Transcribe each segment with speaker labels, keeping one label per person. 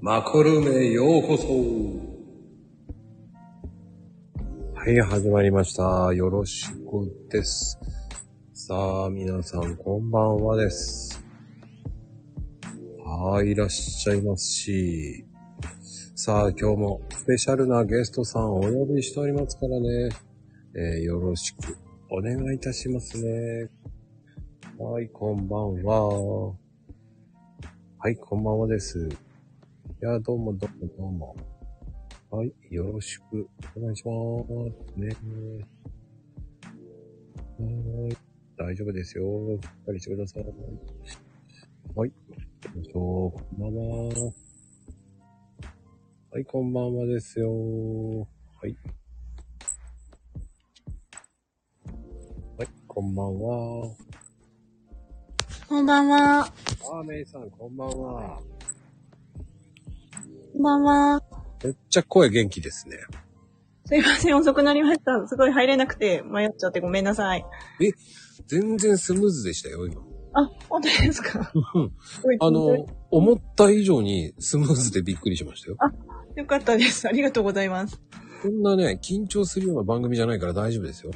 Speaker 1: マコルームへようこそ。はい、始まりました。よろしくです。さあ、皆さん、こんばんはです。はい、いらっしゃいますし。さあ、今日もスペシャルなゲストさんをお呼びしておりますからね。えーよろしくお願いいたしますね。はい、こんばんは。はい、こんばんはです。いや、どうもどうもどうも。はい、よろしくお願いしますね。はーい、大丈夫ですよ。しっかりしてください。はい、行きましょう。こんばんは。はい、こんばんはですよ。はい。はい、こんばんは。
Speaker 2: こんばんは。
Speaker 1: あーめいさん、こんばんは。
Speaker 2: こんばんは。
Speaker 1: めっちゃ声元気ですね。
Speaker 2: すいません、遅くなりました。すごい入れなくて迷っちゃってごめんなさい。
Speaker 1: 全然スムーズでしたよ、今。
Speaker 2: あ、本当ですか。
Speaker 1: うん
Speaker 2: すごい緊張
Speaker 1: あの、思った以上にスムーズでびっくりしましたよ。
Speaker 2: よかったです。ありがとうございます。
Speaker 1: こんなね、緊張するような番組じゃないから大丈夫ですよ。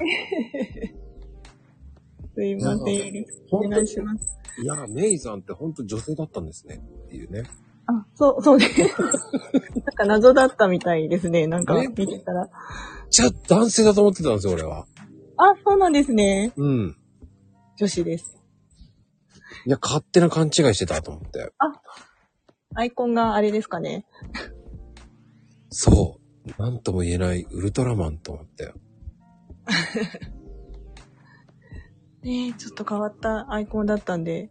Speaker 2: すいません。
Speaker 1: な
Speaker 2: お願いします。
Speaker 1: いや、メイさんって本当女性だったんですね。っていうね。
Speaker 2: あ、そう、そう です。なんか謎だったみたいですね。なんか
Speaker 1: ね
Speaker 2: 見てたら。
Speaker 1: じゃあ男性だと思ってたんですよ、俺は。
Speaker 2: あ、そうなんですね。
Speaker 1: うん。
Speaker 2: 女子です。
Speaker 1: いや、勝手な勘違いしてたと思って。
Speaker 2: アイコンがあれですかね。
Speaker 1: そう。なんとも言えないウルトラマンと思って。
Speaker 2: ねえ、ちょっと変わったアイコンだったんで。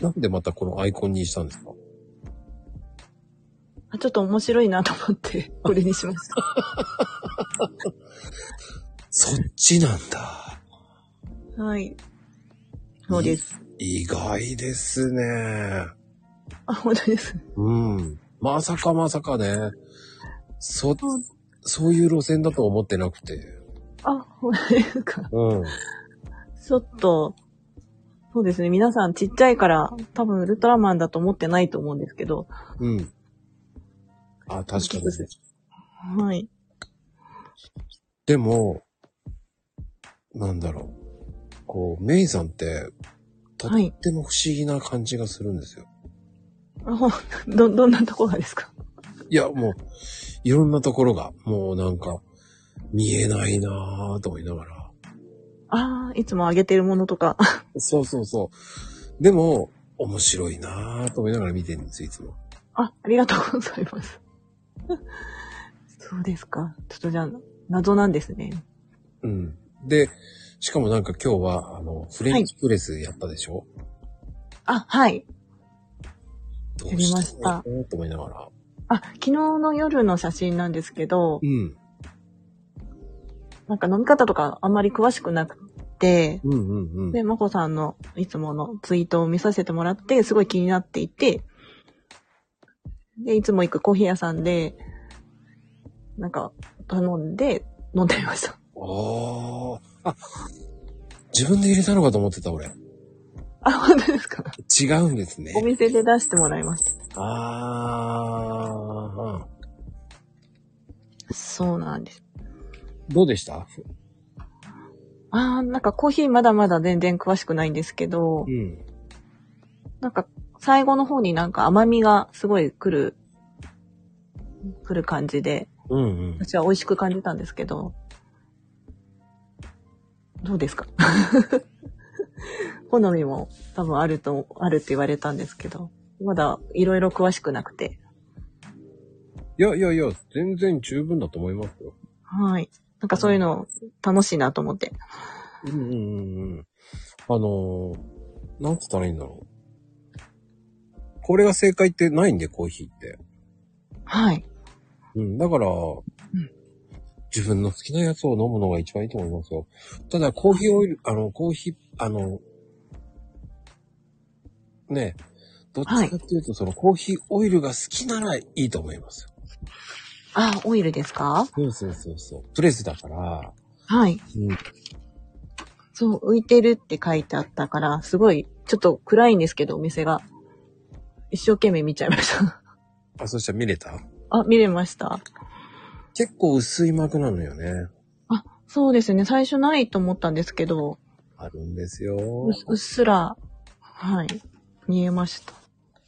Speaker 1: なんでまたこのアイコンにしたんですか
Speaker 2: あ、ちょっと面白いなと思って、これにしました。
Speaker 1: そっちなんだ。
Speaker 2: はい。そうです。
Speaker 1: 意外ですね。
Speaker 2: あ、本当です。
Speaker 1: うん。まさかまさかね。そ、そういう路線だと思ってなくて。
Speaker 2: あ、本当ですか。
Speaker 1: うん。
Speaker 2: ちょっと、そうですね。皆さんちっちゃいから、多分ウルトラマンだと思ってないと思うんですけど。
Speaker 1: うん。あ、確かに。
Speaker 2: はい。
Speaker 1: でも、なんだろう。こう、メイさんって、とっ
Speaker 2: はい
Speaker 1: ても不思議な感じがするんですよ。
Speaker 2: あほんど、どんなとこがですか
Speaker 1: い、や、もう、いろんなところが、もうなんか、見えないなぁと思いながら。
Speaker 2: ああ、いつもあげてるものとか。
Speaker 1: そうそうそう。でも、面白いなぁと思いながら見てるんですよ、いつも。
Speaker 2: あ、ありがとうございます。そうですか。ちょっとじゃあ、謎なんですね。
Speaker 1: うん。で、しかもなんか今日は、あの、フレンチプレスやったでしょ、
Speaker 2: あ、はい。
Speaker 1: ど
Speaker 2: やりました
Speaker 1: うのと思いながら。
Speaker 2: あ、昨日の夜の写真なんですけど
Speaker 1: う、ん。
Speaker 2: なんか飲み方とかあんまり詳しくなくて、
Speaker 1: うんうんうん。
Speaker 2: で、まこさんのいつものツイートを見させてもらって、すごい気になっていて、で、いつも行くコーヒー屋さんで、なんか、頼んで、飲んでみました。
Speaker 1: ああ。あ、自分で入れたのかと思ってた俺。
Speaker 2: あ、本当です か
Speaker 1: 違うんですね
Speaker 2: お。店で出してもらいました。
Speaker 1: ああ。
Speaker 2: そうなんです。
Speaker 1: どうでした
Speaker 2: あー、なんかコーヒーまだまだ全然詳しくないんですけど
Speaker 1: う、ん。
Speaker 2: なんか最後の方になんか甘みがすごい来る、来る感じで、
Speaker 1: うんうん。
Speaker 2: 私は美味しく感じたんですけど、どうですか 好みも多分あると、あるって言われたんですけど、まだいろいろ詳しくなくて。
Speaker 1: いやいやいや、全然十分だと思いますよ。
Speaker 2: はい。なんかそういうの楽しいなと思って。
Speaker 1: うんうんうんうん。あのー、なんつったらいいんだろう。これが正解ってないんで、コーヒーって。
Speaker 2: はい。
Speaker 1: うん、だから、
Speaker 2: ん
Speaker 1: 自分の好きなやつを飲むのが一番いいと思いますよ。ただ、コーヒーオイル、あの、コーヒー、あの、ねえ、どっちかっていうと、そのコーヒーオイルが好きならいいと思いますよ。
Speaker 2: あ、オイルですか
Speaker 1: そうそうそうそう。プレスだから、
Speaker 2: はい。
Speaker 1: うん、
Speaker 2: そう、浮いてるって書いてあったから、すごい、ちょっと暗いんですけど、お店が。一生懸命見ちゃいました。
Speaker 1: あ、そしたら見れた
Speaker 2: あ、見れました。
Speaker 1: 結構薄い膜なのよね。
Speaker 2: そうですね。最初ないと思ったんですけど、
Speaker 1: あるんですよ。
Speaker 2: うっうっすら、はい、見えました。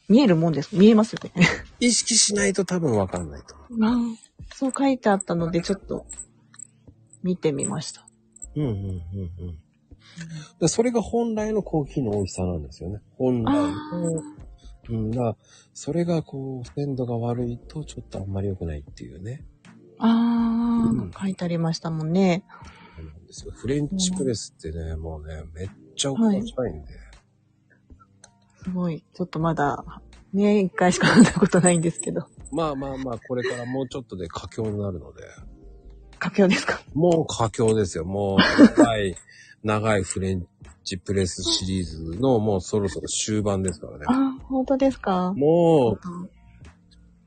Speaker 2: 見えるもんです。見えますよね。
Speaker 1: 意識しないと多分わかんないと思
Speaker 2: そう書いてあったので、ちょっと、見てみました。
Speaker 1: う。うんうんうんうん。でそれが本来のコーヒーの美味しさなんですよね。本来
Speaker 2: あ
Speaker 1: の。うん、だからそれがこう、鮮度が悪いとちょっとあんまり良くないっていうね。
Speaker 2: あ
Speaker 1: うん
Speaker 2: ー、書いてありましたもんね。
Speaker 1: あれなんですよフレンチプレスってね、もうね、めっちゃお金高いんで。
Speaker 2: すごい。ちょっとまだ、ね、一回しか飲んだことないんですけど。
Speaker 1: まあまあまあ、これからもうちょっとで佳境になるので。
Speaker 2: 佳境ですか
Speaker 1: もう佳境ですよ。もう、長い、 長いフレンチプレスシリーズのもうそろそろ終盤ですからね。
Speaker 2: あ、本当ですか
Speaker 1: もう、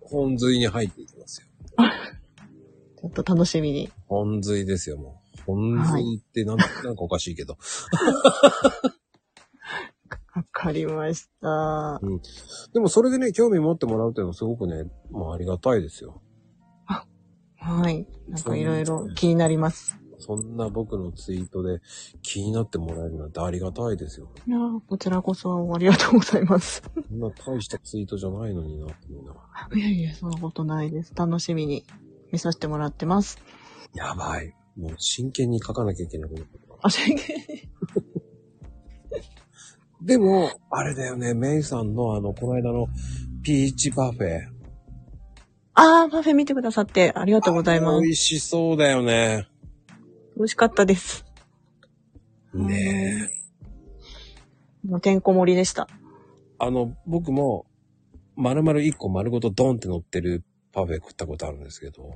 Speaker 1: 本髄に入っていきますよ。
Speaker 2: ちょっと楽しみに。
Speaker 1: 本髄ですよ、もう。本髄ってなん,、なんかおかしいけど。
Speaker 2: わかりました。
Speaker 1: でもそれでね、興味持ってもらうっていうのはすごくね、もうありがたいですよ。
Speaker 2: はい。なんかいろいろ気になります。
Speaker 1: そんな僕のツイートで気になってもらえるなんてありがたいですよ。
Speaker 2: いやーこちらこそありがとうございます。
Speaker 1: そんな大したツイートじゃないのになって思いながら。
Speaker 2: いやいや、そんなことないです。楽しみに見させてもらってます。
Speaker 1: やばい。もう真剣に書かなきゃいけなくなった。
Speaker 2: あ、 宣言。
Speaker 1: でも、あれだよね、メイさんのあの、この間のピーチパフェ。ありが
Speaker 2: あー、パフェ見てくださってありがとうございます
Speaker 1: 美。味しそうだよね。
Speaker 2: 美味しかったです。
Speaker 1: ねえ。
Speaker 2: もうてんこ盛りでした。
Speaker 1: あの、僕も、丸々一個丸ごとドンって乗ってるパフェ食ったことあるんですけど、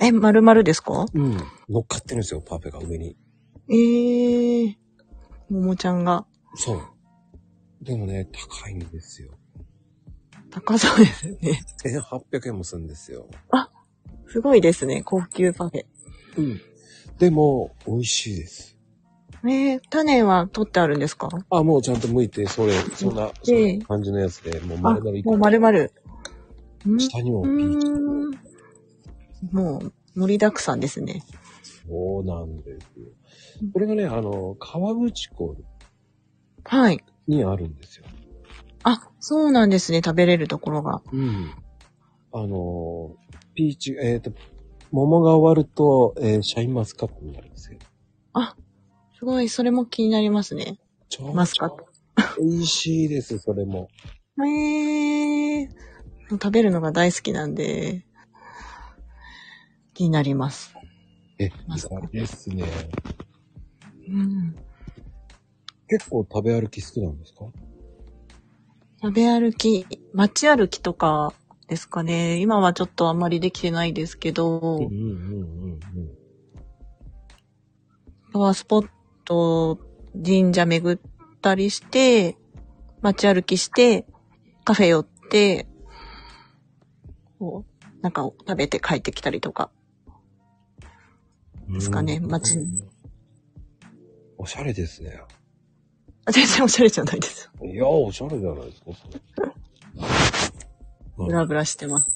Speaker 2: え、まるまるですか
Speaker 1: うん。乗っかってるんですよ、パフェが上に。
Speaker 2: えー、ももちゃんが
Speaker 1: そう。でもね、高いんですよ。
Speaker 2: 高そうですね。
Speaker 1: 1800円もするんですよ。
Speaker 2: すごいですね、高級パフェ。
Speaker 1: うん。でも、美味しいです。
Speaker 2: えー、種は取ってあるんですか
Speaker 1: あ、もうちゃんと剥いて、それ、そんな、そ
Speaker 2: ええ
Speaker 1: んな感じのやつで、もう
Speaker 2: あ、
Speaker 1: 丸
Speaker 2: も
Speaker 1: 々一
Speaker 2: う
Speaker 1: 個。
Speaker 2: 丸々。うん
Speaker 1: 下にも
Speaker 2: う
Speaker 1: ピーチ。
Speaker 2: ーんもう、盛りだくさんですね。
Speaker 1: そうなんですよ。これがね、あの、川口湖
Speaker 2: はい。
Speaker 1: にあるんですよ。
Speaker 2: あ、そうなんですね、食べれるところが。
Speaker 1: うん。あの、ピーチ、えっ、と、桃が終わると、えーシャインマスカットになるんですよ。
Speaker 2: すごい、それも気になりますね。
Speaker 1: ちょ
Speaker 2: マスカット。
Speaker 1: 美味しいです、それも。
Speaker 2: えー、食べるのが大好きなんで、気になります。
Speaker 1: え、い
Speaker 2: マスカット
Speaker 1: いですね。
Speaker 2: うん。
Speaker 1: 結構食べ歩き好きなんですか
Speaker 2: 食べ歩き、街歩きとかですかね。今はちょっとあんまりできてないですけど、
Speaker 1: うんうん
Speaker 2: パワースポット、神社巡ったりして、街歩きして、カフェ寄って、こう、なんかを食べて帰ってきたりとか。
Speaker 1: うん。
Speaker 2: ですかね
Speaker 1: うん
Speaker 2: 街に。
Speaker 1: おしゃれですね。
Speaker 2: あ全然おしゃれじゃないです。
Speaker 1: いや、おしゃれじゃないですか、そ れ
Speaker 2: ブラブラしてます。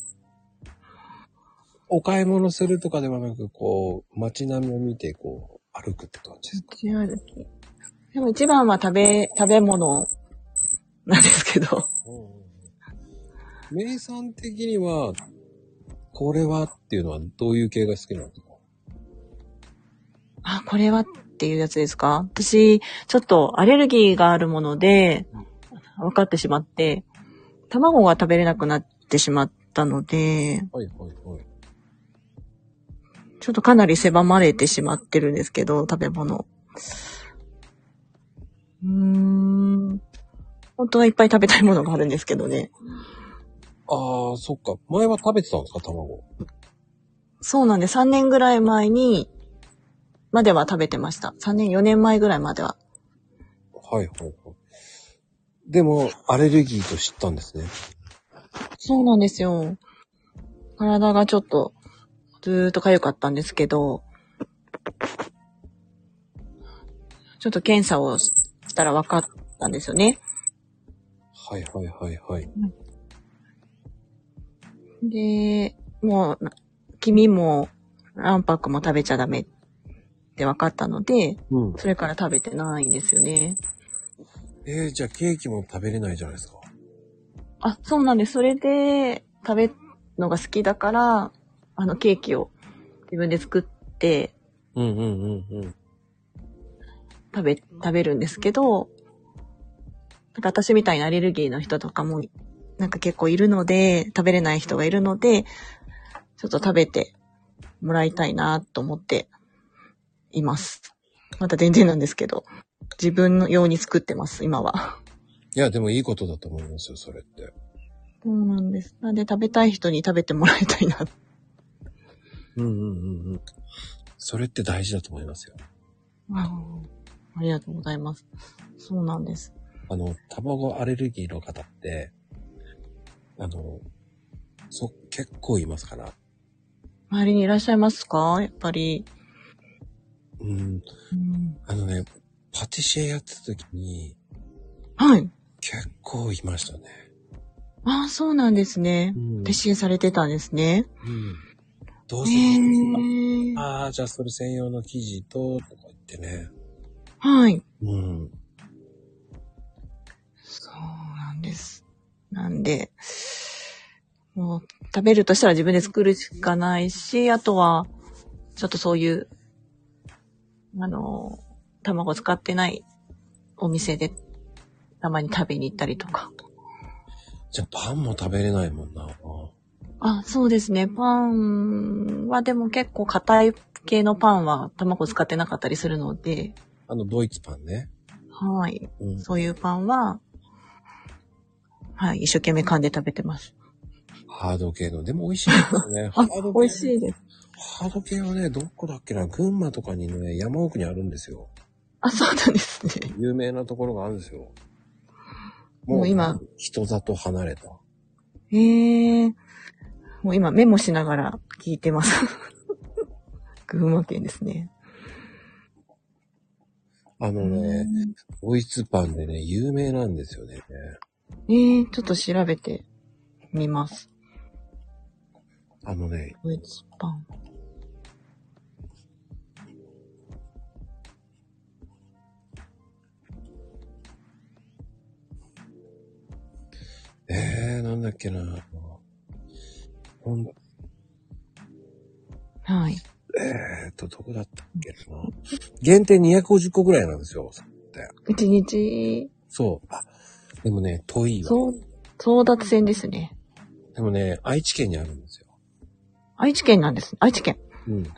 Speaker 1: お買い物するとかではなく、こう、街並みを見て、こう、歩くって感じです。
Speaker 2: 街歩き。でも一番は食べ、食べ物なんですけど。
Speaker 1: メイさん的には、これはっていうのはどういう系が好きなんですか
Speaker 2: あ、これはっていうやつですか私、ちょっとアレルギーがあるもので、分かってしまって、卵が食べれなくなってしまったので、
Speaker 1: はいはいはい。
Speaker 2: ちょっとかなり狭まれてしまってるんですけど、食べ物。うーん。本当はいっぱい食べたいものがあるんですけどね。
Speaker 1: ああ、そっか。前は食べてたんですか卵。
Speaker 2: そうなんで、3年ぐらい前に、までは食べてました。3年、4年前ぐらいまでは。
Speaker 1: はいはいはい。でも、アレルギーと知ったんですね。
Speaker 2: そうなんですよ。体がちょっと、ずーっと痒かったんですけど、ちょっと検査をしたら分かったんですよね。
Speaker 1: はいはいはいはい。
Speaker 2: で、もう、な黄身も、卵白も食べちゃダメって分かったので、
Speaker 1: うん。
Speaker 2: それから食べてないんですよね。
Speaker 1: えー、じゃあケーキも食べれないじゃないですか。
Speaker 2: あ、そうなんです。それで、食べるのが好きだから、あの、ケーキを自分で作って
Speaker 1: うんうんうんうん。
Speaker 2: 食べ、食べるんですけど、なんか私みたいにアレルギーの人とかも、なんか結構いるので、食べれない人がいるので、ちょっと食べてもらいたいなと思っています。また全然なんですけど、自分の用に作ってます、今は。
Speaker 1: いや、でもいいことだと思いますよ、それって。
Speaker 2: そうなんです。なんで食べたい人に食べてもらいたいな。
Speaker 1: うんうんうんうん。それって大事だと思いますよ。
Speaker 2: ありがとうございます。そうなんです。
Speaker 1: あの、卵アレルギーの方って、あの、そ、結構いますから。
Speaker 2: 周りにいらっしゃいますかやっぱり。
Speaker 1: うん。
Speaker 2: うん
Speaker 1: あのね、パティシエやってた時に、
Speaker 2: はい。
Speaker 1: 結構いましたね。
Speaker 2: ああ、そうなんですね。
Speaker 1: ん
Speaker 2: レシエされてたんですね。
Speaker 1: うん。どうせ、
Speaker 2: へえ。
Speaker 1: ああ、じゃあそれ専用の生地と、とか言ってね。
Speaker 2: はい。
Speaker 1: うん。
Speaker 2: そうなんです。なんで、もう食べるとしたら自分で作るしかないし、あとは、ちょっとそういう、あの、卵使ってないお店でたまに食べに行ったりとか。
Speaker 1: じゃあパンも食べれないもんな。
Speaker 2: あ、そうですね。パンはでも結構硬い系のパンは卵使ってなかったりするので、
Speaker 1: あの、ドイツパンね。
Speaker 2: はい。
Speaker 1: うん。
Speaker 2: そういうパンは、はい、一生懸命噛んで食べてます。
Speaker 1: ハード系の。でも美味しいですよね。ハ
Speaker 2: あ
Speaker 1: ード、
Speaker 2: 美
Speaker 1: 系
Speaker 2: 味しいです。
Speaker 1: ハード系はね、どこだっけな、群馬とかにね、山奥にあるんですよ。
Speaker 2: あ、そうなんですね。
Speaker 1: 有名なところがあるんですよ。
Speaker 2: もう今。
Speaker 1: 人里離れた。
Speaker 2: へえー。もう今メモしながら聞いてます。 群馬県ですね。
Speaker 1: あのね、ドイツパンでね、有名なんですよね。
Speaker 2: えー、ちょっと調べてみます。
Speaker 1: あのね、
Speaker 2: ドイツパン。
Speaker 1: えー、なんだっけな。ほん、
Speaker 2: はい。
Speaker 1: えーっと、どこだったっけな。限定250個ぐらいなんですよ。
Speaker 2: 一日、
Speaker 1: そう。あ、でもね、遠いわ。
Speaker 2: そう、争奪戦ですね。
Speaker 1: でもね、愛知県にあるんですよ。
Speaker 2: 愛知県なんです。愛知県。
Speaker 1: うん。
Speaker 2: そ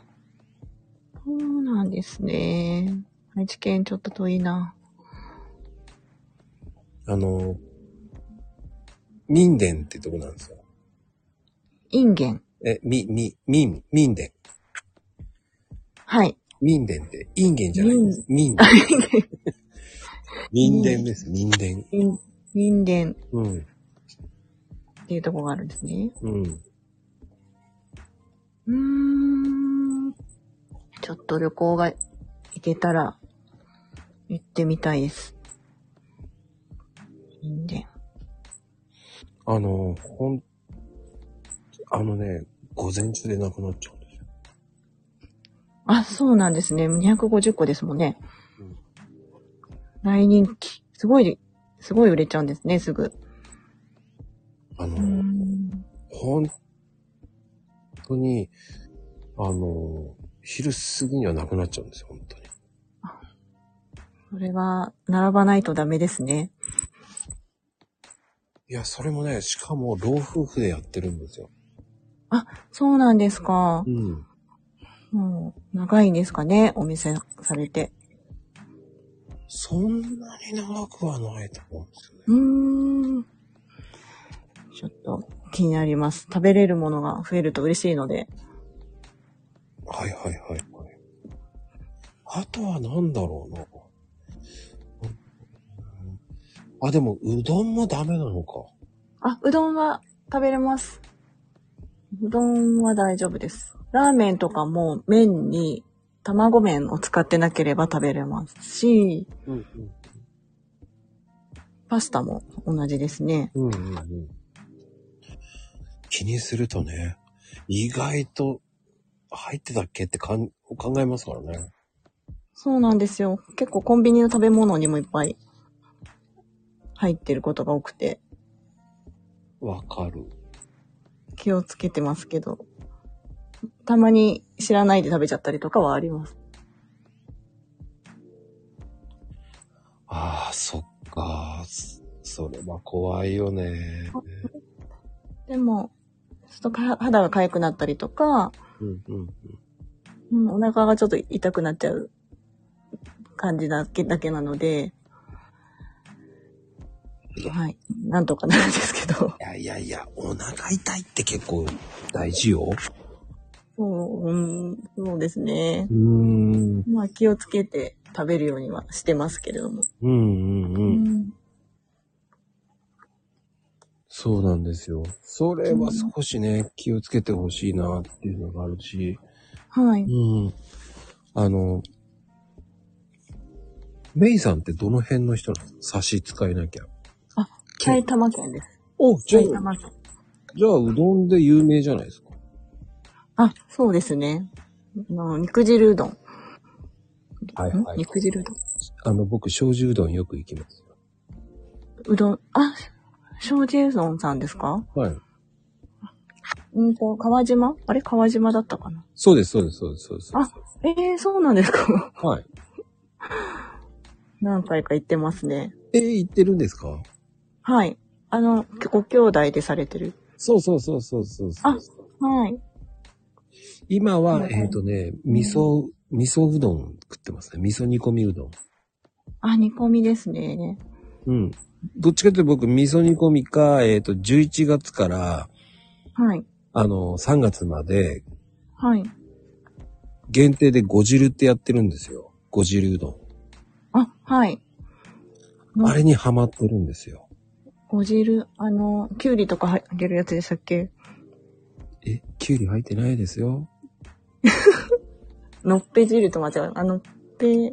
Speaker 2: うなんですね。愛知県ちょっと遠いな。
Speaker 1: あの、民伝ってとこなんですよ。
Speaker 2: インゲン。
Speaker 1: え、み、み、民、民伝。
Speaker 2: はい。
Speaker 1: 民伝って、インゲンじゃないです。民 伝。民伝です、民伝。
Speaker 2: イン、インデンっ
Speaker 1: うん。
Speaker 2: ていうとこがあるんですね。
Speaker 1: うん。
Speaker 2: うーん。ちょっと旅行が行けたら、行ってみたいです。インデン。
Speaker 1: あの、ほん、あのね、午前中でなくなっちゃうんですよ。
Speaker 2: あ、そうなんですね。250個ですもんね。大人気。すごい、すごい売れちゃうんですね、すぐ。
Speaker 1: あ
Speaker 2: うー
Speaker 1: の、
Speaker 2: ん
Speaker 1: ほんとに、あの、昼過ぎにはなくなっちゃうんですよ、本当に。
Speaker 2: それは、並ばないとダメですね。
Speaker 1: いや、それもね、しかも老夫婦でやってるんですよ。
Speaker 2: そうなんですか
Speaker 1: う。ん。
Speaker 2: もう、長いんですかね、お店されて。
Speaker 1: そんなに長くはないと思うんですよね。
Speaker 2: うーん。ちょっと気になります。食べれるものが増えると嬉しいので。
Speaker 1: はいはいはいはい。あとは何だろうな。うんあ、でも、うどんもダメなのか。
Speaker 2: あ、うどんは食べれます。うどんは大丈夫です。ラーメンとかも麺に卵麺を使ってなければ食べれますし、
Speaker 1: うんうん。
Speaker 2: パスタも同じですね。
Speaker 1: うんうんうん。気にするとね、意外と入ってたっけってかん考えますからね。
Speaker 2: そうなんですよ。結構コンビニの食べ物にもいっぱい入ってることが多くて
Speaker 1: わかる。
Speaker 2: 気をつけてますけど、たまに知らないで食べちゃったりとかはあります。
Speaker 1: ああ、そっか。そそれは怖いよね。
Speaker 2: でも、ちょっとか肌が痒くなったりとか、
Speaker 1: うんうん。
Speaker 2: うん、お腹がちょっと痛くなっちゃう感じだけだけなので、はい。なんとかなんですけど。
Speaker 1: いやいやいや、お腹痛いって結構大事よ。
Speaker 2: そう、うん、そうですね。
Speaker 1: うーん。
Speaker 2: まあ気をつけて食べるようにはしてますけれども。
Speaker 1: うんうんう。
Speaker 2: うんん。
Speaker 1: そうなんですよ。それは少しね、気をつけてほしいなっていうのがあるし。
Speaker 2: は
Speaker 1: う
Speaker 2: い。
Speaker 1: ん。あの、メイさんってどの辺の人なの差し使いなきゃ。
Speaker 2: あ、埼玉県です。
Speaker 1: お、じゃあ、
Speaker 2: 埼玉県。
Speaker 1: じゃあ、うどんで有名じゃないですか。
Speaker 2: あ、そうですね。あの肉汁うどん。
Speaker 1: はい
Speaker 2: ん
Speaker 1: はい。
Speaker 2: 肉汁うどん。
Speaker 1: あの、僕、生じうどんよく行きますよ。
Speaker 2: うどん、あ、庄司うどんさんですか
Speaker 1: はい。
Speaker 2: うんと、川島あれ川島だったかな
Speaker 1: そうです、そうです、そうです、そうです。
Speaker 2: あ、ええそうなんですか
Speaker 1: はい。
Speaker 2: 何回か行ってますね。
Speaker 1: えー、行ってるんですか
Speaker 2: はい。あの、ご兄弟でされてる。
Speaker 1: そうそうそうそうそうそう
Speaker 2: あはい。
Speaker 1: 今
Speaker 2: は
Speaker 1: は、
Speaker 2: い
Speaker 1: えっ、とね、味噌、味噌うどん食ってますね。味噌煮込みうどん。
Speaker 2: あ、煮込みですね。
Speaker 1: うん。どっちかというと僕、味噌煮込みか、えっ、と、11月から、
Speaker 2: はい。
Speaker 1: あの、3月まで、
Speaker 2: はい。
Speaker 1: 限定でご汁ってやってるんですよ。ご汁うどん。
Speaker 2: あ、はい。うん
Speaker 1: あれにハマってるんですよ。
Speaker 2: ご汁、あの、きゅうりとか入げるやつでしたっけ
Speaker 1: え、キュウリ入ってないですよ。
Speaker 2: のっぺ汁と間違えた。あのっぺ、
Speaker 1: 違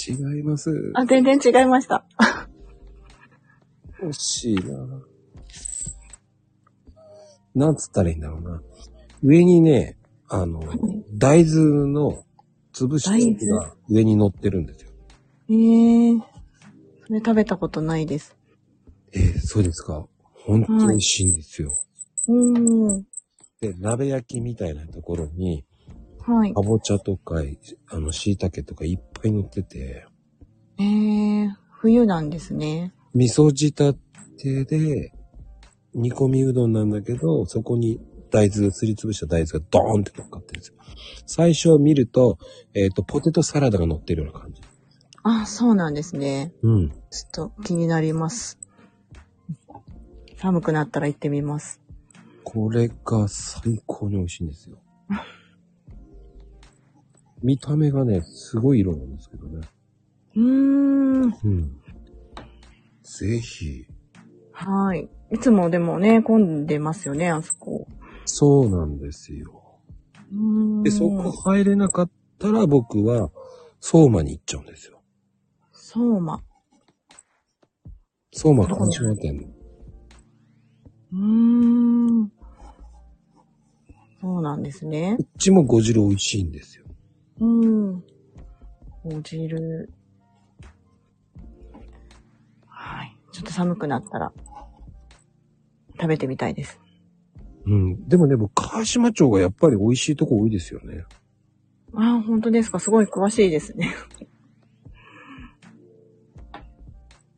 Speaker 1: います。
Speaker 2: あ、全然違いました。
Speaker 1: 惜しいな。なんつったらいいんだろうな。上にね、あの、
Speaker 2: い
Speaker 1: 大豆の潰し
Speaker 2: 大
Speaker 1: 肉
Speaker 2: 豆
Speaker 1: が上に乗ってるんですよ。
Speaker 2: ええそれ食べたことないです。
Speaker 1: えーそうですか。本当に美味しいんですよ。
Speaker 2: うーん。
Speaker 1: で、鍋焼きみたいなところに、
Speaker 2: はい
Speaker 1: か。ぼちゃとか、あの、椎茸とかいっぱい乗ってて、
Speaker 2: ええ冬なんですね。
Speaker 1: 味噌仕立てで、煮込みうどんなんだけど、そこに大豆、すりつぶした大豆がドーンって乗っかってるんですよ。最初見ると、えっ、と、ポテトサラダが乗ってるような感じ。
Speaker 2: あ、そうなんですね。
Speaker 1: うん。
Speaker 2: ちょっと気になります。寒くなったら行ってみます。
Speaker 1: これが最高に美味しいんですよ。見た目がね、すごい色なんですけどね。
Speaker 2: うーん。
Speaker 1: うん。ぜひ。
Speaker 2: はい。いつもでもね、混んでますよね、あそこ。
Speaker 1: そうなんですよ。
Speaker 2: うーん。
Speaker 1: で、そこ入れなかったら僕は、相馬に行っちゃうんですよ。
Speaker 2: そうま。
Speaker 1: 相馬鹿児島店
Speaker 2: うーん。そうなんですね。
Speaker 1: こっちもご汁美味しいんですよ。
Speaker 2: うん。お汁。はい。ちょっと寒くなったら、食べてみたいです。
Speaker 1: うん。でもね、僕、川島町がやっぱり美味しいとこ多いですよね。
Speaker 2: ああ、本当ですか。すごい詳しいですね。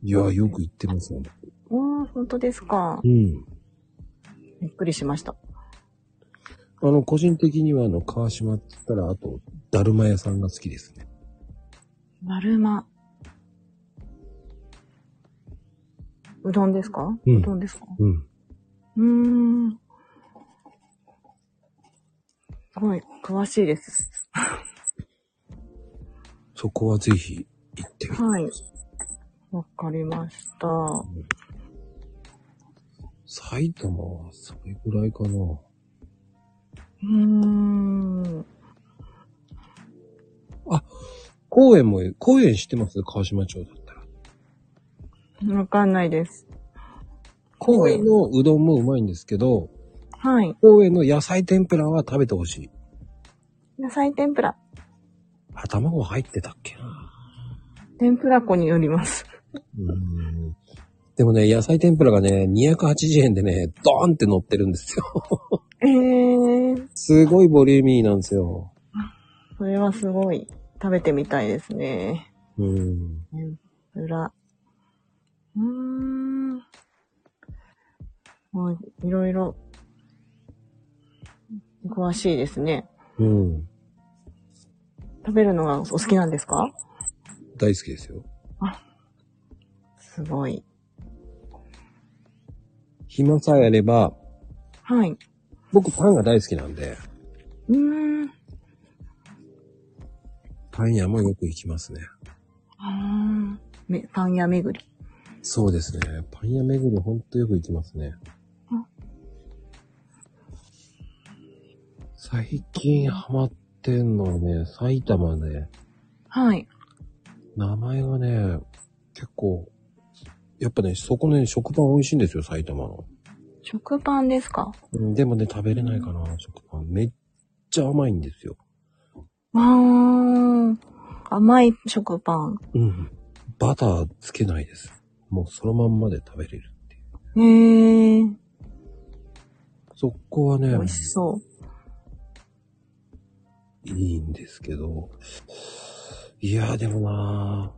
Speaker 1: いや、よく行ってますよね。
Speaker 2: わあ、本当ですか
Speaker 1: う。ん。
Speaker 2: びっくりしました。
Speaker 1: あの、個人的には、あの、川島って言ったら、あと、だるま屋さんが好きですね。
Speaker 2: だるま。うどんですか、
Speaker 1: う
Speaker 2: うんどんですか
Speaker 1: うん。
Speaker 2: うーん。すごい、詳しいです。
Speaker 1: そこはぜひ行ってみて。
Speaker 2: はい。わかりました。
Speaker 1: 埼玉はそれぐらいかな。
Speaker 2: うーん。
Speaker 1: 公園も、公園知ってます川島町だったら。
Speaker 2: えわかんないです。
Speaker 1: 公園のうどんもうまいんですけど、
Speaker 2: はい。
Speaker 1: 公園の野菜天ぷらは食べてほしい。
Speaker 2: 野菜天ぷら。
Speaker 1: あ、卵入ってたっけな。
Speaker 2: 天ぷら粉によります。
Speaker 1: うーんでもね、野菜天ぷらがね、280円でね、ドーンって乗ってるんですよ。
Speaker 2: えー、
Speaker 1: すごいボリューミーなんですよ。
Speaker 2: それはすごい。食べてみたいですね。
Speaker 1: うん。
Speaker 2: 天ぷら。うーん。もう、いろいろ、詳しいですね。
Speaker 1: うん。
Speaker 2: 食べるのがお好きなんですか
Speaker 1: 大好きですよ。
Speaker 2: すごい。
Speaker 1: 暇さえあれば、
Speaker 2: はい。
Speaker 1: 僕パンが大好きなんで、
Speaker 2: うーん。
Speaker 1: パン屋もよく行きますね。
Speaker 2: あーめパン屋巡り。
Speaker 1: そうですね。パン屋巡りほんとよく行きますね
Speaker 2: あ。
Speaker 1: 最近ハマってんのはね、埼玉ね、
Speaker 2: はい。
Speaker 1: 名前がね、結構、やっぱね、そこね、食パン美味しいんですよ、埼玉の。
Speaker 2: 食パンですか
Speaker 1: うんでもね、食べれないかな、食パン。めっちゃ甘いんですよ。
Speaker 2: あー。甘い食パン。
Speaker 1: うん。バターつけないです。もうそのまんまで食べれるっていう。
Speaker 2: へー。
Speaker 1: そこはね、
Speaker 2: 美味しそう。
Speaker 1: いいんですけど。いやーでもな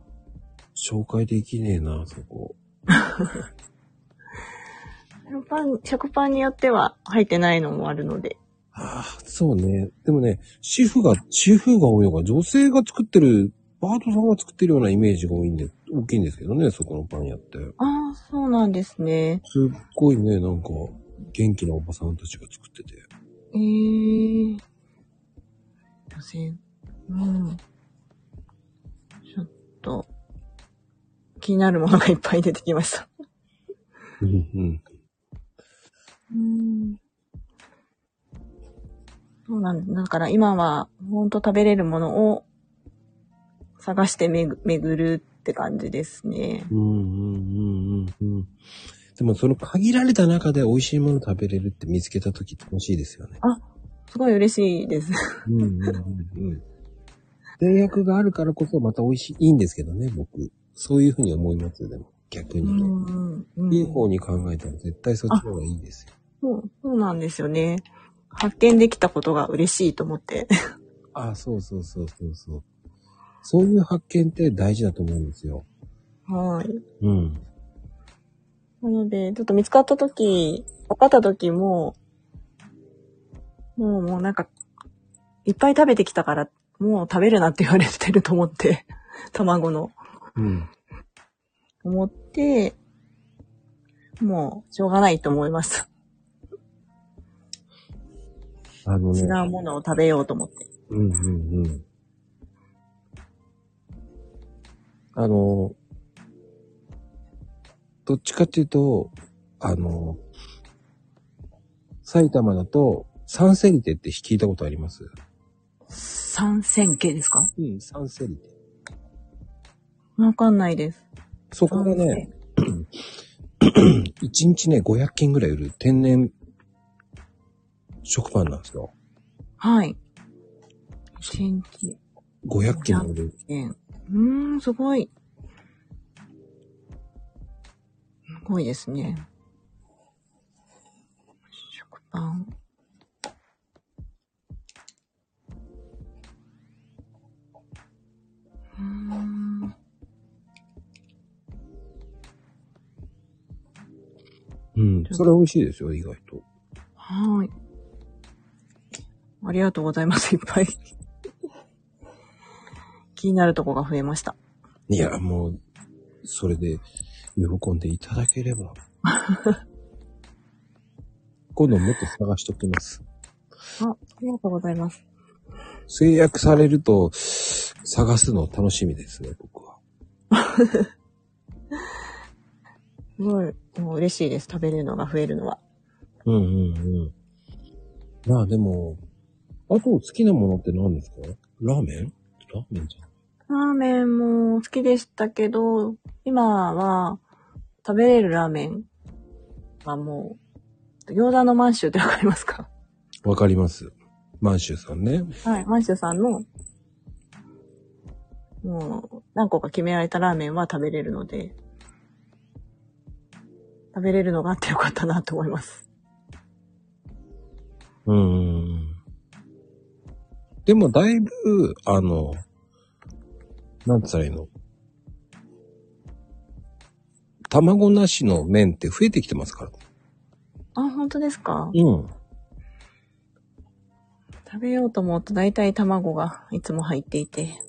Speaker 1: ー、紹介できねえな、そこ。
Speaker 2: 食パン、食パンによっては入ってないのもあるので。
Speaker 1: ああ、そうね。でもね、主婦が、主婦が多いのが、女性が作ってる、パートさんが作ってるようなイメージが多いんで、大きいんですけどね、そこのパン屋って。
Speaker 2: ああ、そうなんですね。
Speaker 1: すっごいね、なんか、元気なおばさんたちが作ってて。
Speaker 2: ええー。女性。うん。ちょっと、気になるものがいっぱい出てきました。
Speaker 1: うん、うん。
Speaker 2: うん。そうなんだ。だから今は、ほんと食べれるものを探してめぐ巡るって感じですね。
Speaker 1: うんうんうんうんうん。でもその限られた中で美味しいもの食べれるって見つけた時楽しいですよね。
Speaker 2: すごい嬉しいです。
Speaker 1: うんうんうんうん。制約があるからこそまた美味しい、いいんですけどね、僕。そういうふうに思いますよ、でも。逆
Speaker 2: う
Speaker 1: にね。
Speaker 2: んうん。
Speaker 1: いい方に考えたら絶対そっちの方がいいですよ。
Speaker 2: そう、そうなんですよね。発見できたことが嬉しいと思って。
Speaker 1: ああ、そうそうそうそうそう。そういう発見って大事だと思うんですよ。
Speaker 2: はい。
Speaker 1: うん。
Speaker 2: なので、ちょっと見つかったとき、分かったときも、もうもうなんか、いっぱい食べてきたから、もう食べるなって言われてると思って、卵の。
Speaker 1: うん。
Speaker 2: 思って、もう、しょうがないと思いました。
Speaker 1: あのね。
Speaker 2: 違うものを食べようと思って。
Speaker 1: うんうんうん。あの、どっちかっていうと、あの、埼玉だと、三セリテって聞いたことあります
Speaker 2: 三線形ですか
Speaker 1: うん、三セリテ。
Speaker 2: わかんないです。
Speaker 1: そこがね、一日ね、500件ぐらい売る天然食パンなんですよ。
Speaker 2: はい。一日。
Speaker 1: 500件も売る。
Speaker 2: えうーん、すごい。すごいですね。食パン。うーん
Speaker 1: うん、それ美味しいですよ、意外と。
Speaker 2: はい。ありがとうございます、いっぱい。 気になるとこが増えました。
Speaker 1: いや、もう、それで、喜んでいただけれ ば。今度もっと探しときます。
Speaker 2: あ、ありがとうございます。
Speaker 1: 制約されると、探すの楽しみですね、僕は。
Speaker 2: すごい、もう嬉しいです、食べれるのが増えるのは。
Speaker 1: うんうんうん。まあでも、あと好きなものって何ですかラーメンラーメンじゃん。
Speaker 2: ラーメンも好きでしたけど、今は食べれるラーメンはもう、餃子の満州ってわかりますか
Speaker 1: わかります。満州さんね。
Speaker 2: はい。満州さんの、もう、何個か決められたラーメンは食べれるので、食べれるのがあってよかったなと思います。
Speaker 1: うんうんうん。でもだいぶ、あの、なんつったらいいの卵なしの麺って増えてきてますから。
Speaker 2: あ、本当ですか
Speaker 1: うん。
Speaker 2: 食べようと思うと大体卵がいつも入っていて。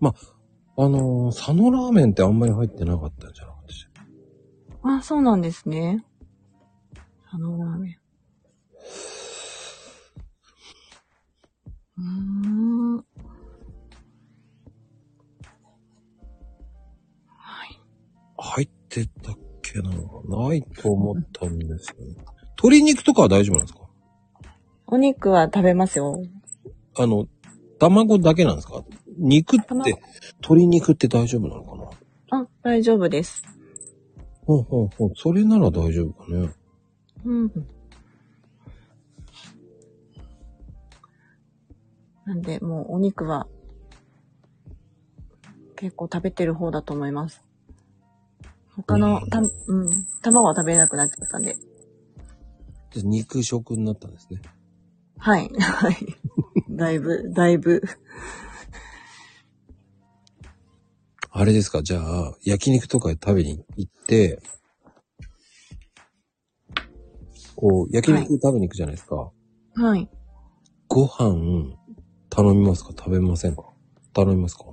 Speaker 1: あのー、佐野ラーメンってあんまり入ってなかったんじゃなかったし。
Speaker 2: あ、そうなんですね。あのラーメン。うーん。はい。
Speaker 1: 入ってたっけなないと思ったんですよね。鶏肉とかは大丈夫なんですか
Speaker 2: お肉は食べますよ。
Speaker 1: あの、卵だけなんですか肉って、
Speaker 2: 卵
Speaker 1: 鶏肉って大丈夫なのかな
Speaker 2: あ、大丈夫です。
Speaker 1: ほうほうほう。それなら大丈夫かね。
Speaker 2: うん。なんで、もうお肉は結構食べてる方だと思います。他の、た、うん、卵は食べれなくなっちゃったんで。
Speaker 1: で肉食になったんですね。
Speaker 2: はい、 はい。だいぶ、だいぶ。
Speaker 1: あれですかじゃあ、焼肉とか食べに行って、こう、焼肉食べに行くじゃないですか。
Speaker 2: はい。
Speaker 1: ご飯、頼みますか食べませんか頼みますか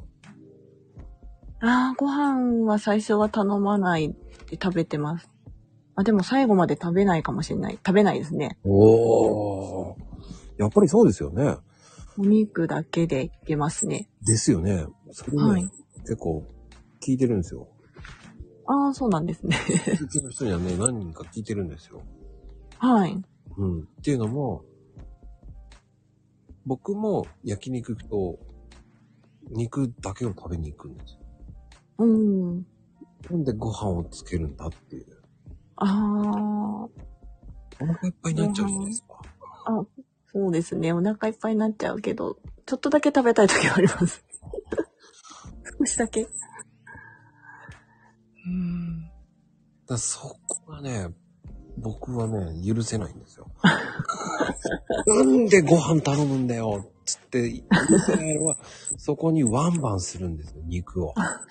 Speaker 2: ああ、ご飯は最初は頼まないで食べてます。あ、でも最後まで食べないかもしれない。食べないですね。
Speaker 1: おー。やっぱりそうですよね。
Speaker 2: お肉だけでいけますね。
Speaker 1: ですよね。それね、
Speaker 2: はい
Speaker 1: 結構聞いてるんですよ。
Speaker 2: ああ、そうなんですね。
Speaker 1: うちの人にはね、何人か聞いてるんですよ。
Speaker 2: はい。
Speaker 1: うん。っていうのも、僕も焼肉と肉だけを食べに行くんですよ。
Speaker 2: うん。
Speaker 1: なんでご飯をつけるんだっていう。
Speaker 2: ああ、
Speaker 1: お腹いっぱいになっちゃうじゃないですか。
Speaker 2: そうですね。お腹いっぱいになっちゃうけど、ちょっとだけ食べたい時はあります。 少しだけ。うん。
Speaker 1: だからそこがね、僕はね、許せないんですよ。 なんでご飯頼むんだよつって、許せないのは、そこにワンバンするんですよ、肉を。
Speaker 2: あ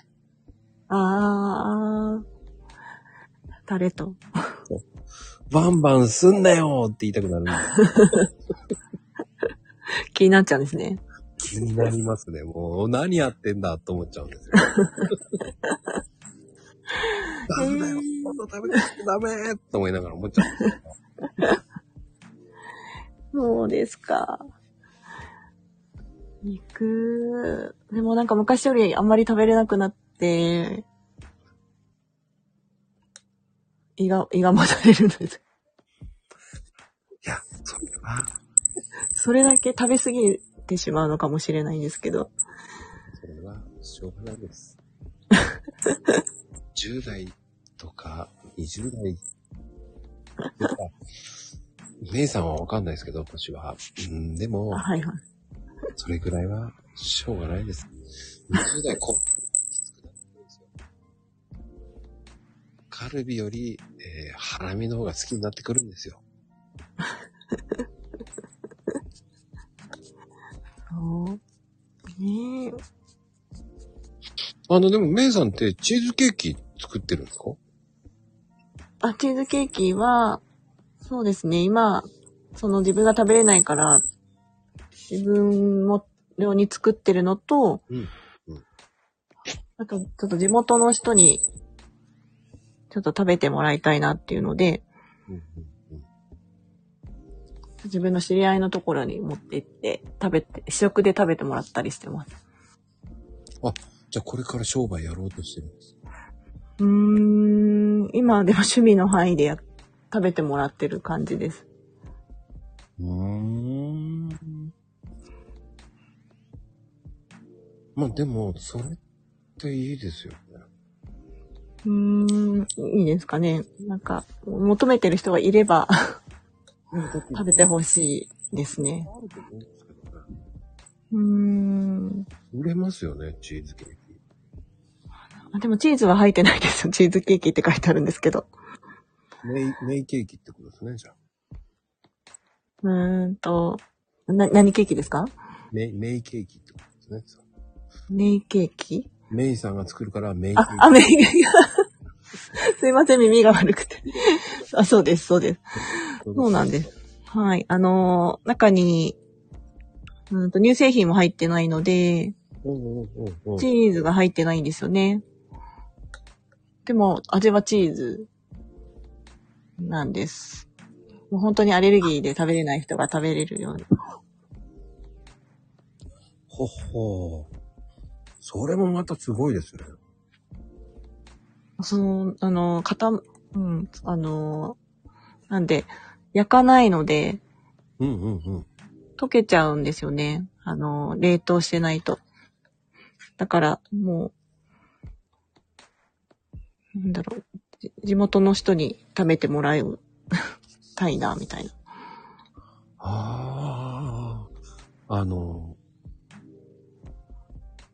Speaker 2: あ、タレと。
Speaker 1: バンバンすんなよって言いたくなるんですよ
Speaker 2: 気になっちゃうんですね。
Speaker 1: 気になりますね。もう、何やってんだと思っちゃうんですよ。ダメだよ
Speaker 2: えー。
Speaker 1: こんな食べちゃダメと思いながら思っちゃうんですよ。
Speaker 2: そうですか。肉、でもなんか昔よりあんまり食べれなくなって、胃が、胃がもたれるんです。
Speaker 1: いや、それは、
Speaker 2: それだけ食べ過ぎてしまうのかもしれないんですけど。
Speaker 1: それは、しょうがないです。10代とか、20代とか、姉さんはわかんないですけど、私は。うん、でも、
Speaker 2: はいはい。
Speaker 1: それくらいは、しょうがないです。20代後半きつくなってくるんですよ。 カルビより、えーハラミの方が好きになってくるんですよ。
Speaker 2: そう。ねえ。
Speaker 1: あの、でも、メイさんってチーズケーキ作ってるんですか
Speaker 2: あ、チーズケーキは、そうですね、今、その自分が食べれないから、自分も量に作ってるのと、
Speaker 1: うん
Speaker 2: あと、ちょっと地元の人に、ちょっと食べてもらいたいなっていうので、
Speaker 1: うんうん
Speaker 2: 自分の知り合いのところに持って行って、食べて、試食で食べてもらったりしてます。
Speaker 1: じゃあ、これから商売やろうとしてるんです。
Speaker 2: うーん、今でも趣味の範囲でや、食べてもらってる感じです。
Speaker 1: うーん。まあでも、それっていいですよね。
Speaker 2: うーん、いいですかね。なんか、求めてる人がいれ ば食べてほしいですね。
Speaker 1: あると思うんですけどね。
Speaker 2: うーん。
Speaker 1: 売れますよね、チーズケーキ。
Speaker 2: あでもチーズは入ってないですよ。チーズケーキって書いてあるんですけど。
Speaker 1: メイ、メイケーキってことですね、じゃあ。
Speaker 2: うーんと、な、何ケーキですか
Speaker 1: メイ、メイケーキってことですね。
Speaker 2: メイケーキ
Speaker 1: メイさんが作るからメイケー
Speaker 2: あ
Speaker 1: キ。、
Speaker 2: あ、メイケーキ。 すいません、耳が悪くて。あ、そうです、そうです。そうなんです。はい。あのー中に、うんと、乳製品も入ってないので、
Speaker 1: うんうんうんうん。
Speaker 2: チーズが入ってないんですよね。でも、味はチーズなんです。もう本当にアレルギーで食べれない人が食べれるように。
Speaker 1: ほほーそれもまたすごいですね。
Speaker 2: その、あの、かた、うん、あの、なんで、焼かないので、
Speaker 1: うんうんうん。
Speaker 2: 溶けちゃうんですよね。あの、冷凍してないと。だから、もう、なんだろう、じ地元の人に食べてもらう たいな、みたいな。
Speaker 1: ああ、あの、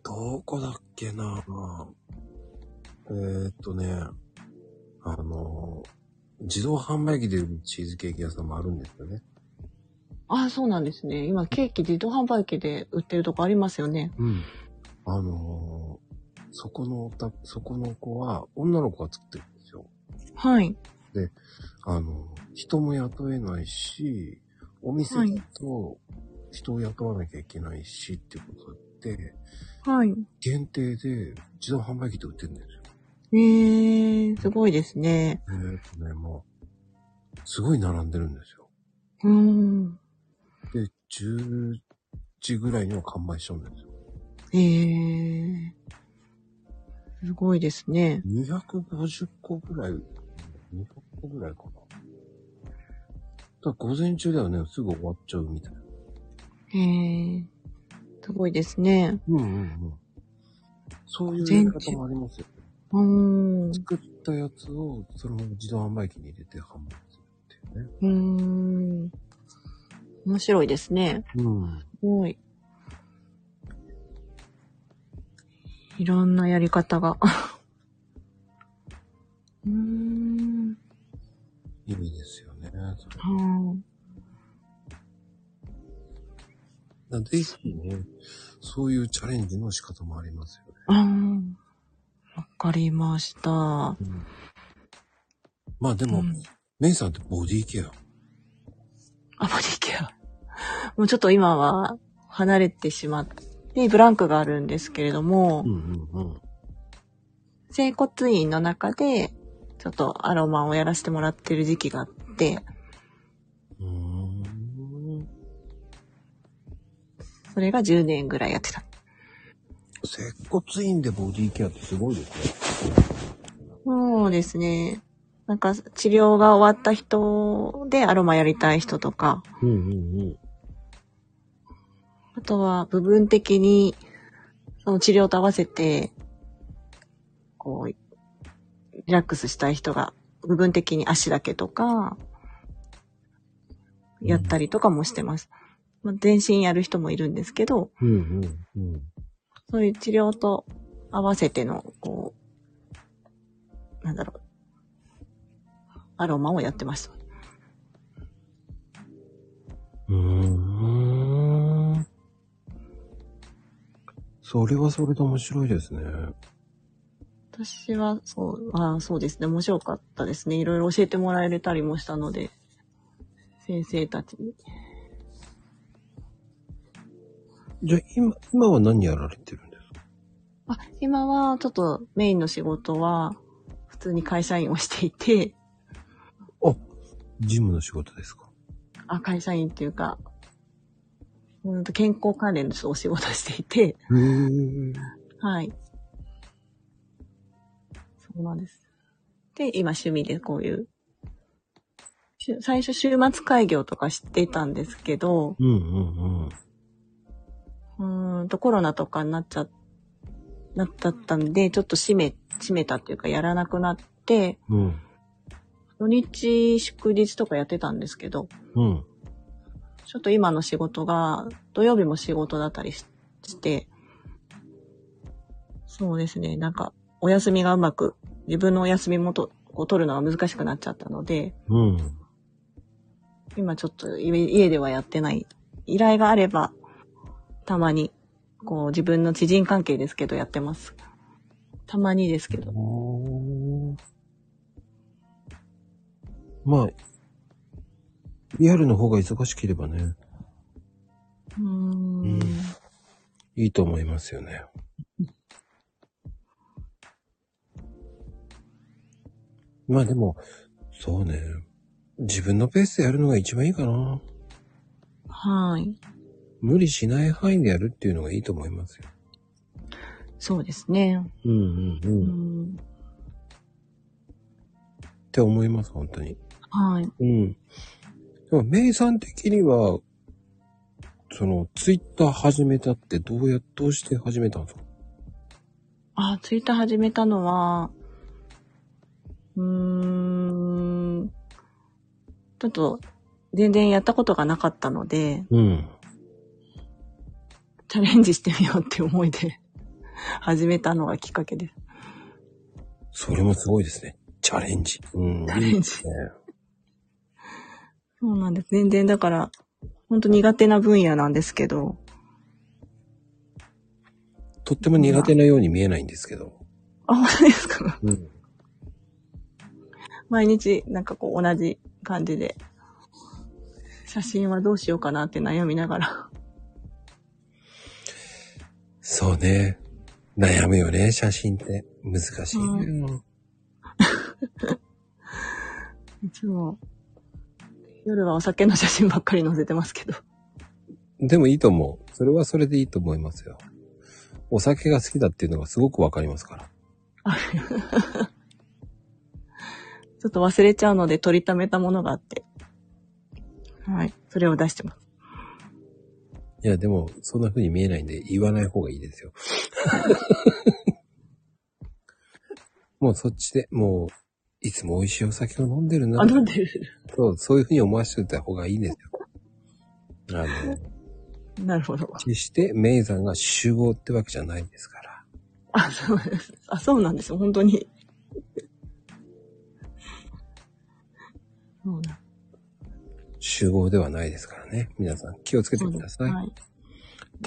Speaker 1: どこだっけなえー、っとね、あの、自動販売機で売るチーズケーキ屋さんもあるんですよね。
Speaker 2: ああ、そうなんですね。今、ケーキ自動販売機で売ってるとこありますよね。
Speaker 1: うん。あのーそこのおた、そこの子は、女の子が作ってるんですよ。
Speaker 2: はい。
Speaker 1: あのー人も雇えないし、お店
Speaker 2: はい
Speaker 1: だと人を雇わなきゃいけないしっていうことで、
Speaker 2: はい。
Speaker 1: 限定で自動販売機で売ってるんですよ。
Speaker 2: えー、すごいですね。
Speaker 1: えーとね、もう、すごい並んでるんですよ。
Speaker 2: うーん。
Speaker 1: で、10時ぐらいには完売しちゃうんですよ。
Speaker 2: えー。すごいですね。
Speaker 1: 250個ぐらい、200個ぐらいかな。だから午前中だよね、すぐ終わっちゃうみたいな。
Speaker 2: えー。すごいですね。
Speaker 1: うんうんうん。そういうやり方もありますよ。
Speaker 2: うーん。
Speaker 1: 作ったやつを、そのまま自動販売機に入れて販売するっていうね。
Speaker 2: うーん。面白いですね。
Speaker 1: うん。
Speaker 2: すごい。いろんなやり方が。 うーん。
Speaker 1: 意味ですよね。それ
Speaker 2: は
Speaker 1: なんで、ぜひね、そういうチャレンジの仕方もありますよね。
Speaker 2: あ。あーわかりました。
Speaker 1: まあでも、
Speaker 2: うん
Speaker 1: メイさんってボディケア。
Speaker 2: あ、ボディケア。もうちょっと今は離れてしまって、ブランクがあるんですけれども、
Speaker 1: んうんうん。
Speaker 2: 整骨院の中で、ちょっとアロマをやらせてもらってる時期があって、
Speaker 1: うーん。
Speaker 2: それが10年ぐらいやってた。
Speaker 1: 接骨院でボディケアってすごいですね。
Speaker 2: そうですね。なんか治療が終わった人でアロマやりたい人とか、
Speaker 1: うんうんうん。
Speaker 2: あとは部分的にその治療と合わせて、こう、リラックスしたい人が部分的に足だけとか、やったりとかもしてます。まあ全身やる人もいるんですけど、
Speaker 1: うんうんうん。
Speaker 2: そういう治療と合わせての、こう、なんだろう、アロマをやってました。
Speaker 1: うーん。それはそれで面白いですね。
Speaker 2: 私は、そう、あーそうですね、面白かったですね。いろいろ教えてもらえたりもしたので、先生たちに。
Speaker 1: じゃあ今、今は何やられてるんですか
Speaker 2: あ、今は、ちょっとメインの仕事は、普通に会社員をしていて、
Speaker 1: ジムの仕事ですか
Speaker 2: あ、会社員っていうか、うんと健康関連のお仕事をしていて、
Speaker 1: へー。
Speaker 2: はい。そうなんです。で、今趣味でこういう、しゅ最初週末会業とかしてたんですけど、
Speaker 1: うんうんうん。
Speaker 2: うーんとコロナとかになっちゃっだったんで、ちょっと閉め、閉めたっていうかやらなくなって、
Speaker 1: うん。
Speaker 2: 土日祝日とかやってたんですけど、
Speaker 1: うん。
Speaker 2: ちょっと今の仕事が、土曜日も仕事だったりしして、そうですね、なんか、お休みがうまく、自分のお休みもとこう取るのが難しくなっちゃったので、
Speaker 1: うん。
Speaker 2: 今ちょっと家家ではやってない。依頼があれば、たまに、こう自分の知人関係ですけどやってます。たまにですけど。
Speaker 1: まあ、リアルの方が忙しければね、
Speaker 2: うーん。
Speaker 1: いいと思いますよね。まあでも、そうね。自分のペースでやるのが一番いいかな。
Speaker 2: はい。
Speaker 1: 無理しない範囲でやるっていうのがいいと思いますよ。
Speaker 2: そうですね。
Speaker 1: うんうんう。
Speaker 2: うん
Speaker 1: っ
Speaker 2: ん。
Speaker 1: て思います、本当に。
Speaker 2: はい。
Speaker 1: うん。でも、メイさん的には、その、ツイッター始めたってどうや、どうして始めたんですか
Speaker 2: あ、ツイッター始めたのは、うーん、ちょっと、全然やったことがなかったので、
Speaker 1: うん。
Speaker 2: チャレンジしてみようって思いで、始めたのがきっかけです。
Speaker 1: それもすごいですね。チャレンジ。うん。
Speaker 2: チャレンジ
Speaker 1: いいですね。
Speaker 2: そうなんです。全然だから、ほんと苦手な分野なんですけど、
Speaker 1: とっても苦手なように見えないんですけど。
Speaker 2: あ、本当ですか
Speaker 1: うん。
Speaker 2: 毎日、なんかこう、同じ感じで、写真はどうしようかなって悩みながら。
Speaker 1: そうね。悩むよね、写真って。難しいね。
Speaker 2: いつも、夜はお酒の写真ばっかり載せてますけど。
Speaker 1: でもいいと思う。それはそれでいいと思いますよ。お酒が好きだっていうのがすごくわかりますから。
Speaker 2: ちょっと忘れちゃうので取りためたものがあって。はい。それを出してます。
Speaker 1: いや、でも、そんな風に見えないんで、言わない方がいいです よ。もうそっちで、もう、いつも美味しいお酒を飲んでるな
Speaker 2: あ、。飲んでる。
Speaker 1: そう、そういう風に思わせておいた方がいいんですよ。あの、
Speaker 2: なるほど。
Speaker 1: 決して、メイさんが集合ってわけじゃないですから。
Speaker 2: あ、そうです。あ、そうなんですよ。本当に。そうなん
Speaker 1: 集合ではないですからね。皆さん、気をつけて
Speaker 2: そう
Speaker 1: く
Speaker 2: で
Speaker 1: だ
Speaker 2: す。
Speaker 1: さい。
Speaker 2: はい。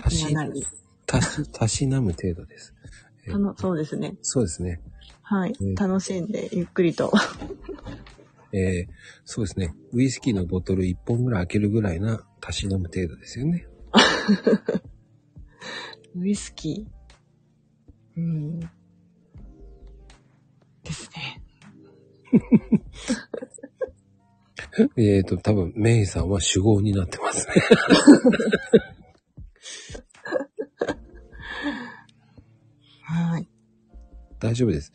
Speaker 1: 足し
Speaker 2: ではないです、
Speaker 1: 足し、足しなむ程度です。え
Speaker 2: たのそうですね。
Speaker 1: そうですね。
Speaker 2: はい
Speaker 1: うん。
Speaker 2: 楽しんで、ゆっくりと。
Speaker 1: えーそうですね。ウイスキーのボトル1本ぐらい開けるぐらいな、足しなむ程度ですよね。
Speaker 2: ウイスキー。うん。ですね。
Speaker 1: えっ、と、多分、メイさんは主語になってますね。
Speaker 2: はい。
Speaker 1: 大丈夫です。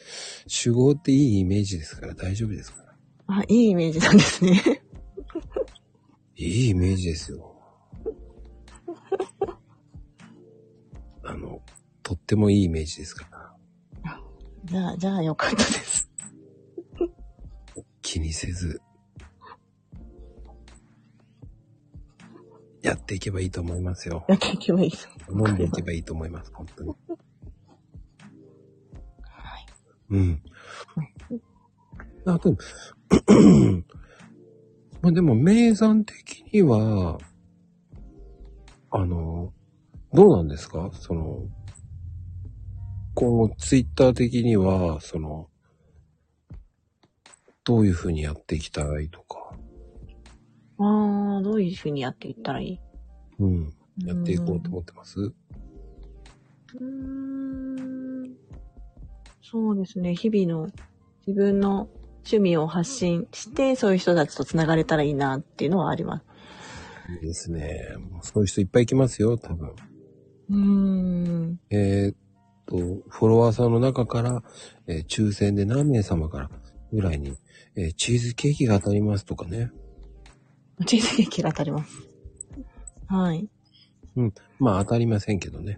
Speaker 1: 主語っていいイメージですから大丈夫ですから。
Speaker 2: あ、いいイメージなんですね。
Speaker 1: いいイメージですよ。あの、とってもいいイメージですから。
Speaker 2: じゃあ、じゃあよかったです。
Speaker 1: 気にせず、やっていけばいいと思いますよ。
Speaker 2: やっていけばいいと。
Speaker 1: 飲んでいけばいいと思います、本当に。
Speaker 2: はい。
Speaker 1: うん。あ、でも、 まあでも、名山的には、あの、どうなんですかその、こう、ツイッター的には、その、どういうふうにやっていきたいとか、
Speaker 2: ああ、どういうふうにやっていったらい
Speaker 1: うん、
Speaker 2: い
Speaker 1: やっていこうと思ってます
Speaker 2: うーん。そうですね。日々の自分の趣味を発信して、そういう人たちと繋がれたらいいなっていうのはあります。
Speaker 1: いいですね。もうそういう人いっぱい来ますよ、多分。
Speaker 2: うーん。
Speaker 1: えーっと、フォロワーさんの中から、えー抽選で何名様からぐらいに、えーチーズケーキが当たりますとかね。
Speaker 2: チーズケーキが当たります。はい。
Speaker 1: まあ当たりませんけどね。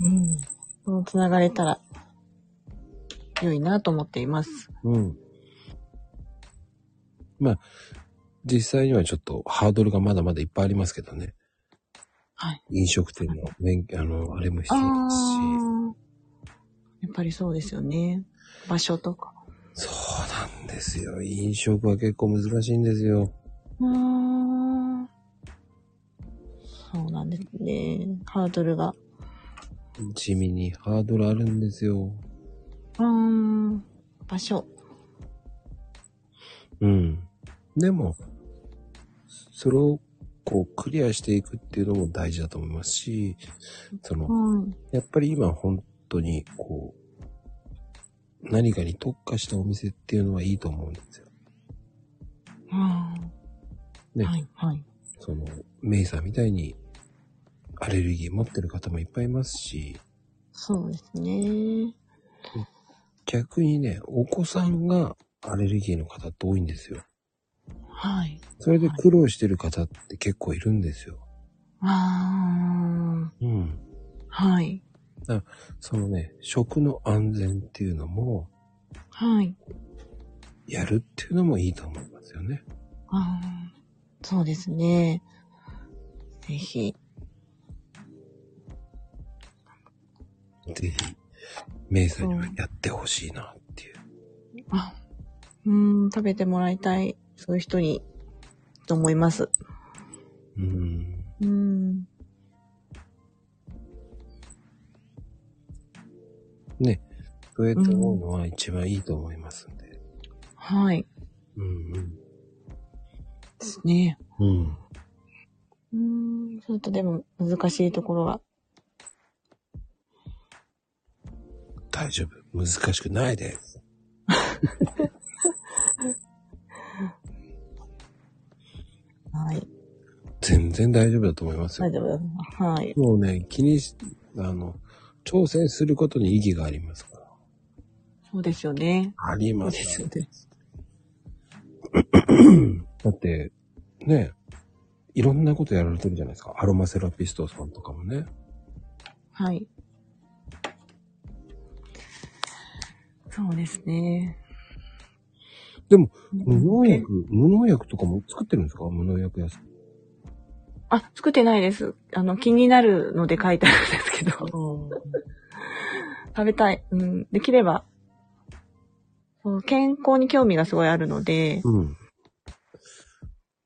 Speaker 2: うん。その繋がれたら、良いなと思っています。
Speaker 1: うん。まあ、実際にはちょっとハードルがまだまだいっぱいありますけどね。
Speaker 2: はい。
Speaker 1: 飲食店の免、あの、あれも必
Speaker 2: あ
Speaker 1: 要ですし。
Speaker 2: あ。やっぱりそうですよね。場所とか。
Speaker 1: そうなんですよ。飲食は結構難しいんですよ。
Speaker 2: うーん。そうなんですね。ハードルが。
Speaker 1: 地味にハードルあるんですよ。
Speaker 2: うーん。場所。
Speaker 1: うん。でも、それをこうクリアしていくっていうのも大事だと思いますし、その、
Speaker 2: はい。
Speaker 1: やっぱり今本当にこう、何かに特化したお店っていうのはいいと思うんですよ。
Speaker 2: うん
Speaker 1: ね
Speaker 2: はい、はい。
Speaker 1: その、メイさんみたいにアレルギー持ってる方もいっぱいいますし、
Speaker 2: そうですね。
Speaker 1: 逆にね、お子さんがアレルギーの方って多いんですよ。
Speaker 2: はい。
Speaker 1: それで苦労してる方って結構いるんですよ。
Speaker 2: あ
Speaker 1: うん。
Speaker 2: あ。はい。
Speaker 1: そのね、食の安全っていうのも、
Speaker 2: はい。
Speaker 1: やるっていうのもいいと思いますよね。
Speaker 2: ああ。そうですね。ぜひ。
Speaker 1: ぜひ、メイさんにはやってほしいなっていう。
Speaker 2: あ、うーん、食べてもらいたい。そういう人に、と思います。
Speaker 1: うん。
Speaker 2: うーん。
Speaker 1: ね、そうやって思うのは一番いいと思いますんで。
Speaker 2: はい。
Speaker 1: うん
Speaker 2: ですね。
Speaker 1: うん。うん。
Speaker 2: うーん、ちょっとでも難しいところは。
Speaker 1: 大丈夫。難しくないです。
Speaker 2: はい。
Speaker 1: 全然大丈夫だと思いますよ。
Speaker 2: 大丈夫だと思います。はい。
Speaker 1: もうね、気にし、あの、挑戦することに意義がありますから。
Speaker 2: そうですよね。
Speaker 1: あり
Speaker 2: そう
Speaker 1: ま
Speaker 2: です
Speaker 1: す
Speaker 2: よ。ね。
Speaker 1: だって、ね、いろんなことやられてるじゃないですか。アロマセラピストさんとかもね。
Speaker 2: はい。そうですね。
Speaker 1: でも、
Speaker 2: う
Speaker 1: 無
Speaker 2: ん
Speaker 1: 農薬、無農薬とかも作ってるんですか無農薬やつ。
Speaker 2: あ、作ってないです。あの、気になるので書いてあるんですけど。食べたい。うん。できれば。そう健康に興味がすごいあるので、
Speaker 1: うん。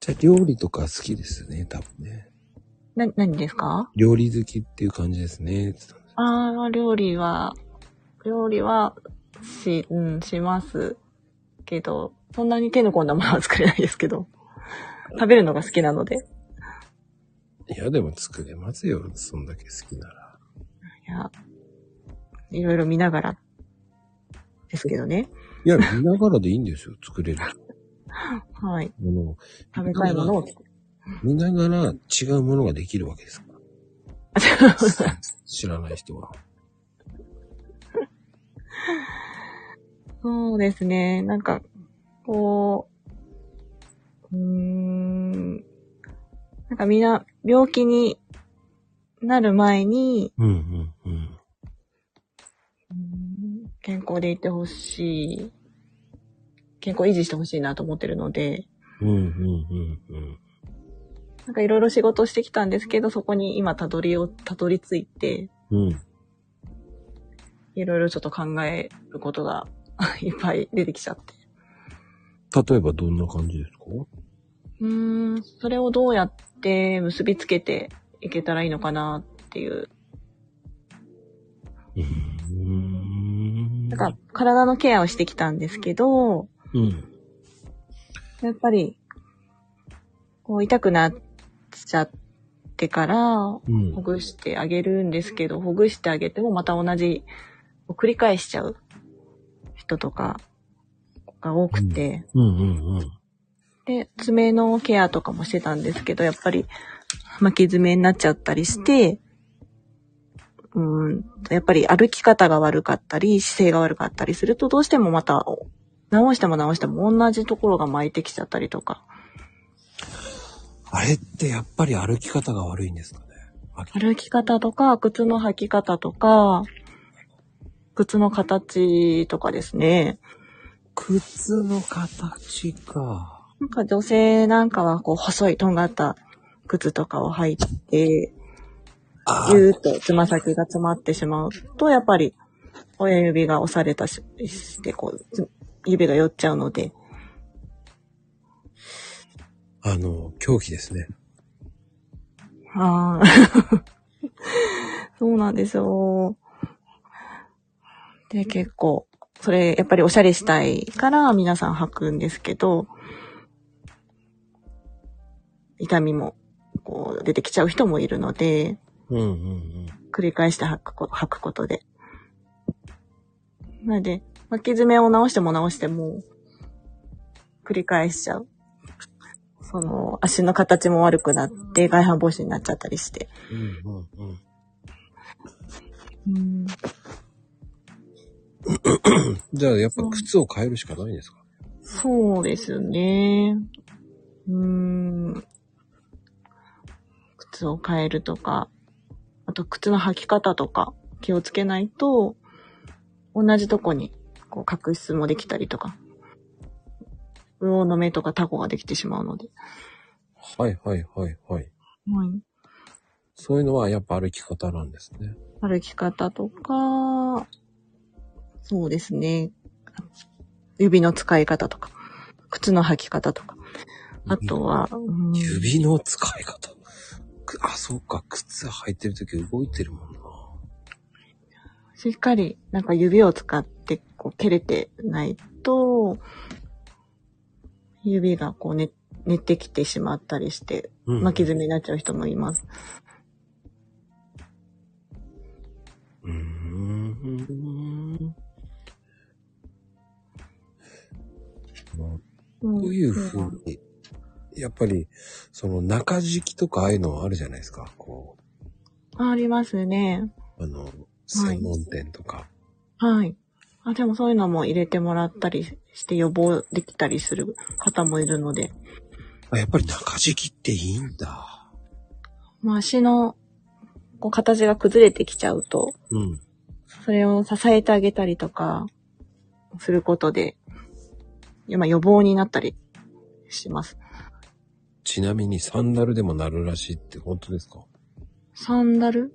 Speaker 1: じゃあ、料理とか好きですね、多分ね。
Speaker 2: な、何ですか
Speaker 1: 料理好きっていう感じですね。つったんです
Speaker 2: ああ、料理は、料理は、し、うん、します。けど、そんなに手の込んだものは作れないですけ ど。食べるのが好きなので。
Speaker 1: いや、でも作れますよ。そんだけ好きなら。
Speaker 2: いや、いろいろ見ながら、ですけどね。
Speaker 1: いや、見ながらでいいんですよ。作れる。
Speaker 2: はい。
Speaker 1: ものを
Speaker 2: 食べたいものを作る。
Speaker 1: 見ながら違うものができるわけですから。 知らない人は。
Speaker 2: そうですね。なんか、こう、うーん。なんかみんな、病気になる前に、
Speaker 1: うんうんうん。
Speaker 2: うーん健康でいてほしい。健康維持してほしいなと思ってるので、
Speaker 1: うんうんうんうん。
Speaker 2: なんかいろいろ仕事してきたんですけど、そこに今たどりを、たどり着いて、
Speaker 1: うん。
Speaker 2: いろいろちょっと考えることが いっぱい出てきちゃって。
Speaker 1: 例えばどんな感じですか
Speaker 2: うーん、それをどうやって結びつけていけたらいいのかなっていう。
Speaker 1: うーん。
Speaker 2: なんか、体のケアをしてきたんですけど、
Speaker 1: うん。
Speaker 2: やっぱり、こう痛くなっちゃってから、
Speaker 1: うん
Speaker 2: ほ。ぐしてあげるんですけど、ほぐしてあげてもまた同じ、を繰り返しちゃう人とかが多くて、
Speaker 1: うんうんうん。
Speaker 2: で、爪のケアとかもしてたんですけど、やっぱり巻き爪になっちゃったりして、うん、やっぱり歩き方が悪かったり、姿勢が悪かったりすると、どうしてもまた、直しても直しても同じところが巻いてきちゃったりとか。
Speaker 1: あれってやっぱり歩き方が悪いんですかね。
Speaker 2: 歩き方とか、靴の履き方とか、靴の形とかですね。
Speaker 1: 靴の形か。
Speaker 2: なんか女性なんかはこう細いとんがった靴とかを履いて、
Speaker 1: あ
Speaker 2: ぎゅーっとつま先が詰まってしまうと、やっぱり親指が押されたしして、こう、つ指が寄っちゃうので、
Speaker 1: あの、狂気ですね。
Speaker 2: あー そうなんですよ。で、結構、それ、やっぱりおしゃれしたいから皆さん履くんですけど、痛みも、こう、出てきちゃう人もいるので、
Speaker 1: うんうんうん。
Speaker 2: 繰り返して履くこ履くことで。なので、巻き爪を直しても直しても、繰り返しちゃう。その、足の形も悪くなって、外反母趾になっちゃったりして。
Speaker 1: うんうんうん。
Speaker 2: うん
Speaker 1: じゃあ、やっぱ靴を変えるしかないんですか
Speaker 2: そうですね。うーん。靴を変えるとか、あと靴の履き方とか気をつけないと、同じとこにこう角質もできたりとか、魚の目とかタコができてしまうので。
Speaker 1: はいはいはいはい。
Speaker 2: はい。
Speaker 1: そういうのはやっぱ歩き方なんですね。
Speaker 2: 歩き方とか、そうですね。指の使い方とか、靴の履き方とか。あとは、うん
Speaker 1: 指の使い方。くあ、そうか。靴履いてるとき動いてるもんな。
Speaker 2: しっかり、なんか指を使って、こう、蹴れてないと、指がこう、ね、寝てきてしまったりして、
Speaker 1: うん
Speaker 2: 巻き爪になっちゃう人もいます。
Speaker 1: うーん。
Speaker 2: ど
Speaker 1: どういうふうに、やっぱり、その中敷きとかああいうのはあるじゃないですか。こ
Speaker 2: ありますね。
Speaker 1: う、あの、専門店とか。
Speaker 2: はい。あ、でもそういうのも入れてもらったりして予防できたりする方もいるので、
Speaker 1: あ、やっぱり中敷きっていいんだ。
Speaker 2: まあ足の、こう、形が崩れてきちゃうと、
Speaker 1: うん。
Speaker 2: それを支えてあげたりとか、することで、まあ予防になったりします。
Speaker 1: ちなみにサンダルでもなるらしいって本当ですか
Speaker 2: サンダル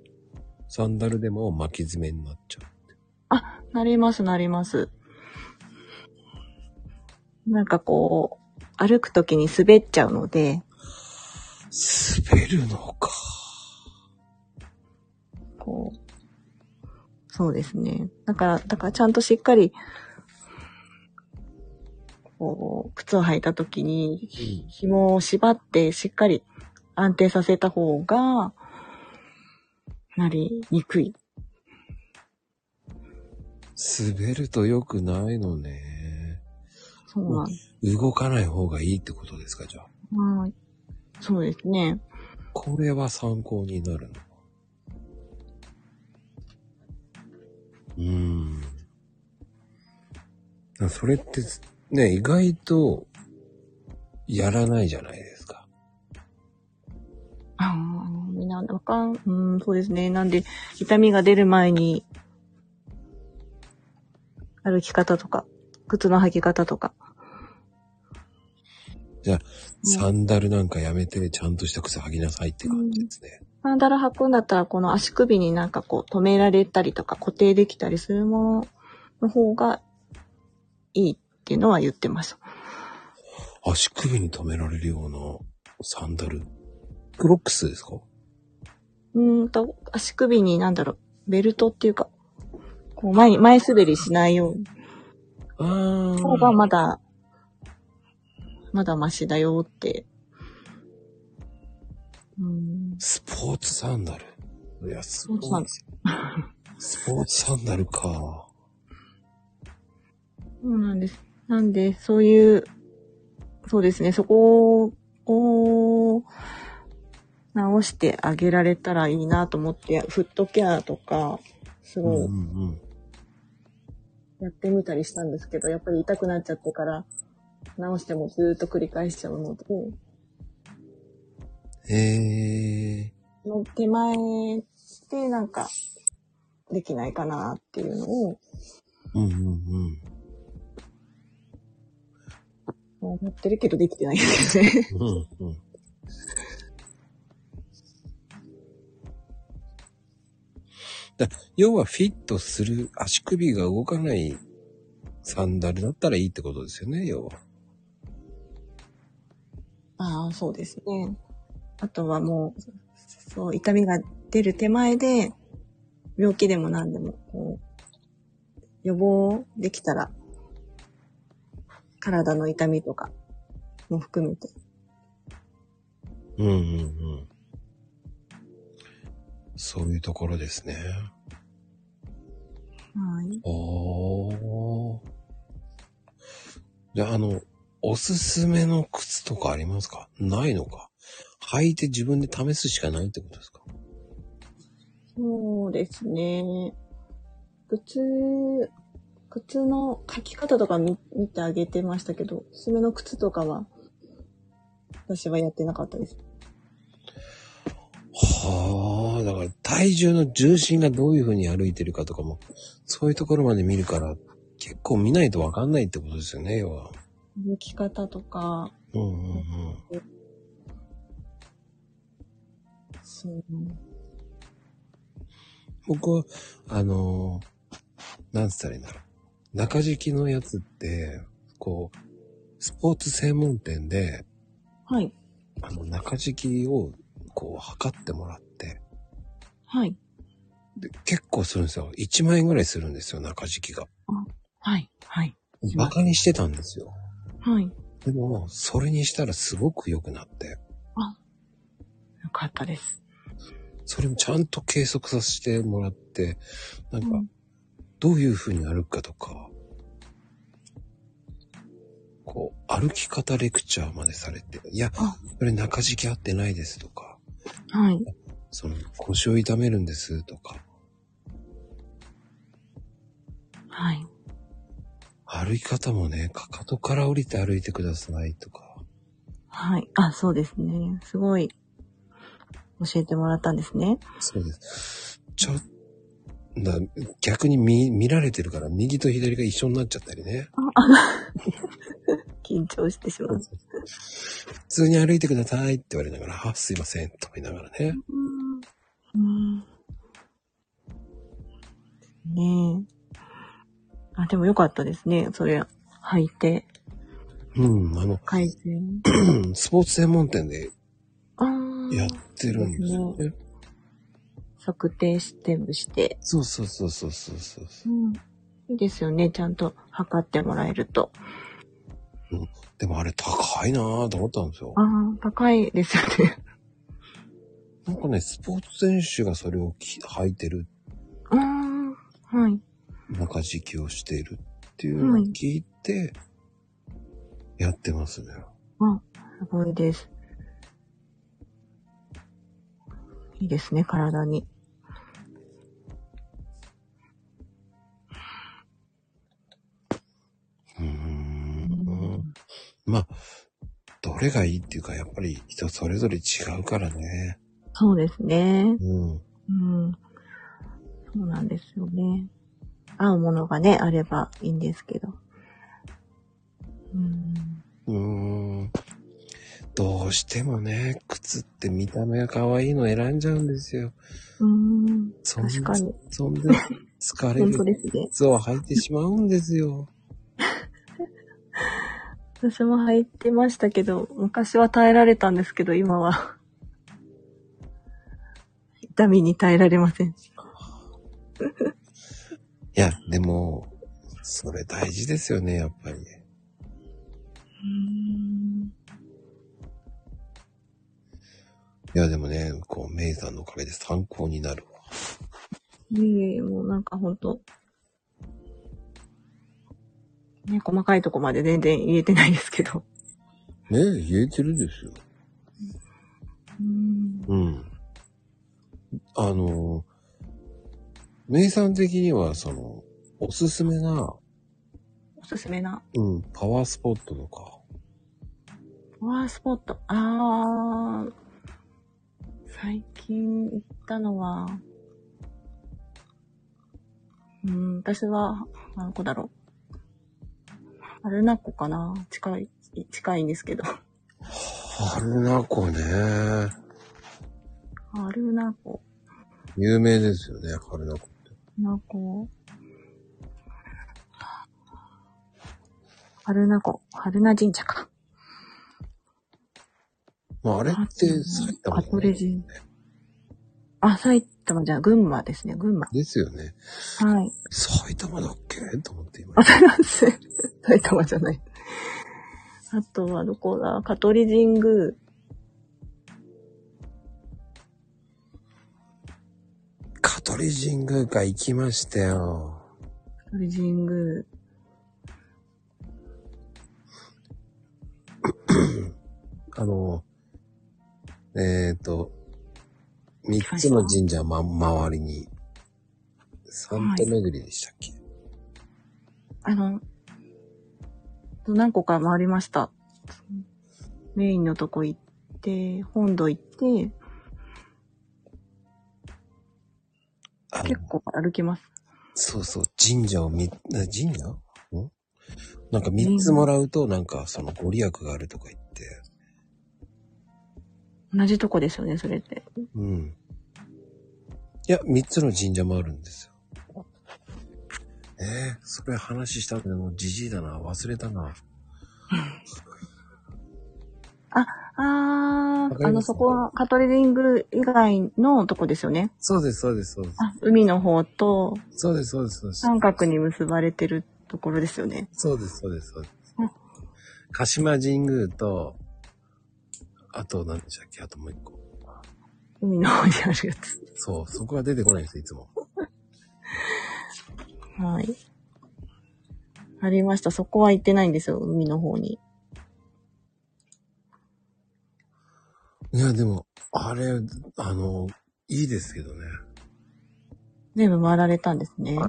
Speaker 1: サンダルでも巻き爪になっちゃ
Speaker 2: あ、なります、なります。なんかこう、歩くときに滑っちゃうので、
Speaker 1: う。滑るのか。
Speaker 2: こう、そうですね。だから、だからちゃんとしっかり、こう、靴を履いたときに、
Speaker 1: うん。
Speaker 2: 紐を縛ってしっかり安定させた方が、なりにくい。
Speaker 1: 滑ると良くないのね。
Speaker 2: そうなんです。
Speaker 1: 動かない方がいいってことですか、じゃあ。
Speaker 2: はい。そうですね。
Speaker 1: これは参考になるのか。うーん。それって、ね、意外と、やらないじゃないですか。
Speaker 2: ああ、みんな、わかん、うん、そうですね。なんで、痛みが出る前に、歩き方とか、靴の履き方とか。
Speaker 1: じゃあ
Speaker 2: うん
Speaker 1: サンダルなんかやめて、ちゃんとした靴履きなさいって感じですね。
Speaker 2: サンダル履くんだったら、この足首になんかこう、止められたりとか、固定できたりするものの方が、いいっていうのは言ってました。
Speaker 1: 足首に留められるようなサンダル。クロックスですか
Speaker 2: うーんと、足首になんだろう、ベルトっていうか、こう、前に、前滑りしないように。
Speaker 1: あー
Speaker 2: 方がまだ、まだマシだよって。うん。
Speaker 1: スポーツサンダル。いや、すごい
Speaker 2: スポーツサンダル
Speaker 1: スポーツサンダルか。
Speaker 2: そうなんです。なんで、そういう、そうですね、そこを、直してあげられたらいいなと思って、フットケアとか、す
Speaker 1: うん
Speaker 2: ごい
Speaker 1: うん
Speaker 2: やってみたりしたんですけど、やっぱり痛くなっちゃってから、直してもずーっと繰り返しちゃうので、
Speaker 1: うん。え
Speaker 2: の手前でなんかできないかなっていうのを
Speaker 1: うんうん
Speaker 2: 思ってるけどできてないですね。
Speaker 1: うん。うんうん。だ要はフィットする足首が動かないサンダルだったらいいってことですよね、要は。
Speaker 2: ああ、そうですね。あとはもう、そう、痛みが出る手前で、病気でも何でも、こう、予防できたら、体の痛みとかも含めて。
Speaker 1: うんうんうん。そういうところですね。
Speaker 2: はい。
Speaker 1: おー。じゃあ、あの、おすすめの靴とかありますかないのか履いて自分で試すしかないってことですか
Speaker 2: そうですね。靴、靴の書き方とか見見てあげてましたけど、おすすめの靴とかは、私はやってなかったです。
Speaker 1: はあ、だから体重の重心がどういう風に歩いてるかとかも、そういうところまで見るから、結構見ないとわかんないってことですよね、要は。
Speaker 2: 歩き方とか、
Speaker 1: うんうんうん。
Speaker 2: そう、
Speaker 1: 僕は、あのーなんつったらいいんだろう。中敷きのやつって、こう、スポーツ専門店で、
Speaker 2: はい、
Speaker 1: あの、中敷きを、こう、測ってもらって、
Speaker 2: はい、
Speaker 1: で結構するんですよ。1万円ぐらいするんですよ、中敷きが。
Speaker 2: はい、はい、
Speaker 1: バカにしてたんですよ。
Speaker 2: はい。
Speaker 1: でも、それにしたらすごく良くなって、
Speaker 2: よかったです。
Speaker 1: それもちゃんと計測させてもらって、なん
Speaker 2: う
Speaker 1: か
Speaker 2: ん、
Speaker 1: どういう風に歩くかとか、こう、歩き方レクチャーまでされて、いや
Speaker 2: あ、
Speaker 1: それ中敷き合ってないですとか、
Speaker 2: はい。
Speaker 1: その、腰を痛めるんですとか、
Speaker 2: はい。
Speaker 1: 歩き方もね、かかとから降りて歩いてくださいとか、
Speaker 2: はい。あ、そうですね。すごい、教えてもらったんですね。
Speaker 1: そうです。ちょっだ逆に見見られてるから右と左が一緒になっちゃったりね。
Speaker 2: 緊張してしまう。
Speaker 1: 普通に歩いてくださいって言われながら、あ、すいません、と言いながらね。
Speaker 2: うん。うん。ねえ。あ、でもよかったですね。それ、履いて、
Speaker 1: うん、あの、
Speaker 2: 改善。
Speaker 1: スポーツ専門店で
Speaker 2: ああ。
Speaker 1: やってるんですよね。
Speaker 2: 測定して、全部して。
Speaker 1: そうそうそうそうそうそう。
Speaker 2: うん。いいですよね。ちゃんと測ってもらえると。
Speaker 1: でもあれ高いなぁと思ったんですよ
Speaker 2: あ。あ、高いですよね。
Speaker 1: なんかね、スポーツ選手がそれを着履いてる、
Speaker 2: ああ、はい。
Speaker 1: 中敷きをしているっていうのを聞いて、やってますね。
Speaker 2: あ、すごいです。いいですね、体に。
Speaker 1: うーん。まあ、どれがいいっていうか、やっぱり人それぞれ違うからね。
Speaker 2: そうですね。
Speaker 1: うん。
Speaker 2: うん。そうなんですよね。合うものがね、あればいいんですけど。うん。
Speaker 1: うーん。どうしてもね、靴って見た目が可愛いの選んじゃうんですよ。
Speaker 2: うん。
Speaker 1: そん
Speaker 2: 確かに。
Speaker 1: そんで、疲れ
Speaker 2: 本
Speaker 1: る
Speaker 2: 当ですね。
Speaker 1: 靴を履いてしまうんですよ。
Speaker 2: 私も履いてましたけど、昔は耐えられたんですけど、今は。痛みに耐えられません。
Speaker 1: いや、でも、それ大事ですよね、やっぱり。
Speaker 2: うん。
Speaker 1: いや、でもね、こう、メイさんのおかげで参考になるわ。
Speaker 2: いえいえ、もうなんかほんと。ね、細かいとこまで全然言えてないですけど。
Speaker 1: ねえ、言えてるですよ。
Speaker 2: うん。
Speaker 1: うん。あの、メイさん的には、その、おすすめな、
Speaker 2: おすすめな。
Speaker 1: うん、パワースポットとか、
Speaker 2: パワースポット。あー。最近行ったのは、うーん、私は、何個だろう。春名湖かな近い、近いんです けど。
Speaker 1: 春名湖ね。
Speaker 2: 春名湖、
Speaker 1: 有名ですよね、春名湖って。
Speaker 2: 名湖。春名湖、春名神社か。
Speaker 1: まあ、あれって埼玉
Speaker 2: 羽
Speaker 1: じゃない
Speaker 2: 鳥神社。あ、埼玉じゃない、群馬ですね、群馬。
Speaker 1: ですよね。
Speaker 2: はい。
Speaker 1: 埼玉だっけと思って今。
Speaker 2: あ、それなんですね 埼玉じゃない。あとはどこだ香取神宮。
Speaker 1: 香取神宮か行きましたよ。
Speaker 2: 香取神宮。
Speaker 1: あの、えっ、と、三つの神社、ま、周りに、サント巡りでしたっけ、
Speaker 2: あの、何個か回りました。メインのとこ行って、本土行って、
Speaker 1: あの
Speaker 2: 結構歩きます。
Speaker 1: そうそう、神社をみ、な神社んなんか三つもらうと、なんかそのご利益があるとか言って、
Speaker 2: 同じとこですよね、それって。
Speaker 1: うん。いや、三つの神社もあるんですよ。ええそれ話したけど、もうじじいだな、忘れたな。
Speaker 2: あ
Speaker 1: わかります
Speaker 2: ー、あの、そこは、カトリリング以外のとこですよね。
Speaker 1: そうです、そうです、そうです。
Speaker 2: あ、海の方と、
Speaker 1: そうです、そうです、そうです。
Speaker 2: 三角に結ばれてるところですよね。
Speaker 1: そうです、そうです、そうです
Speaker 2: うん。
Speaker 1: 鹿島神宮と、あと何でしたっけあともう一個。
Speaker 2: 海の方にあるやつ。
Speaker 1: そう、そこが出てこないんです、いつも。
Speaker 2: はい。ありました。そこは行ってないんですよ、海の方に。
Speaker 1: いや、でも、あれ、あの、いいですけどね。
Speaker 2: 全部回られたんですね。
Speaker 1: は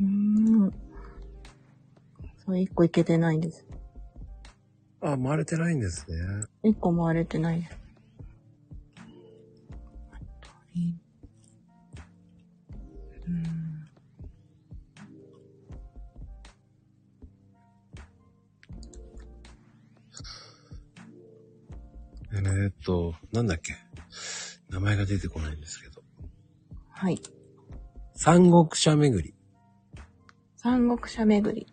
Speaker 2: うーん。そう、一個行けてないんです。
Speaker 1: あ、回れてないんですね。
Speaker 2: 一個回れてないです。うん
Speaker 1: えー、っと、なんだっけ名前が出てこないんですけど。
Speaker 2: はい。
Speaker 1: 三国社巡り。
Speaker 2: 三国社巡り。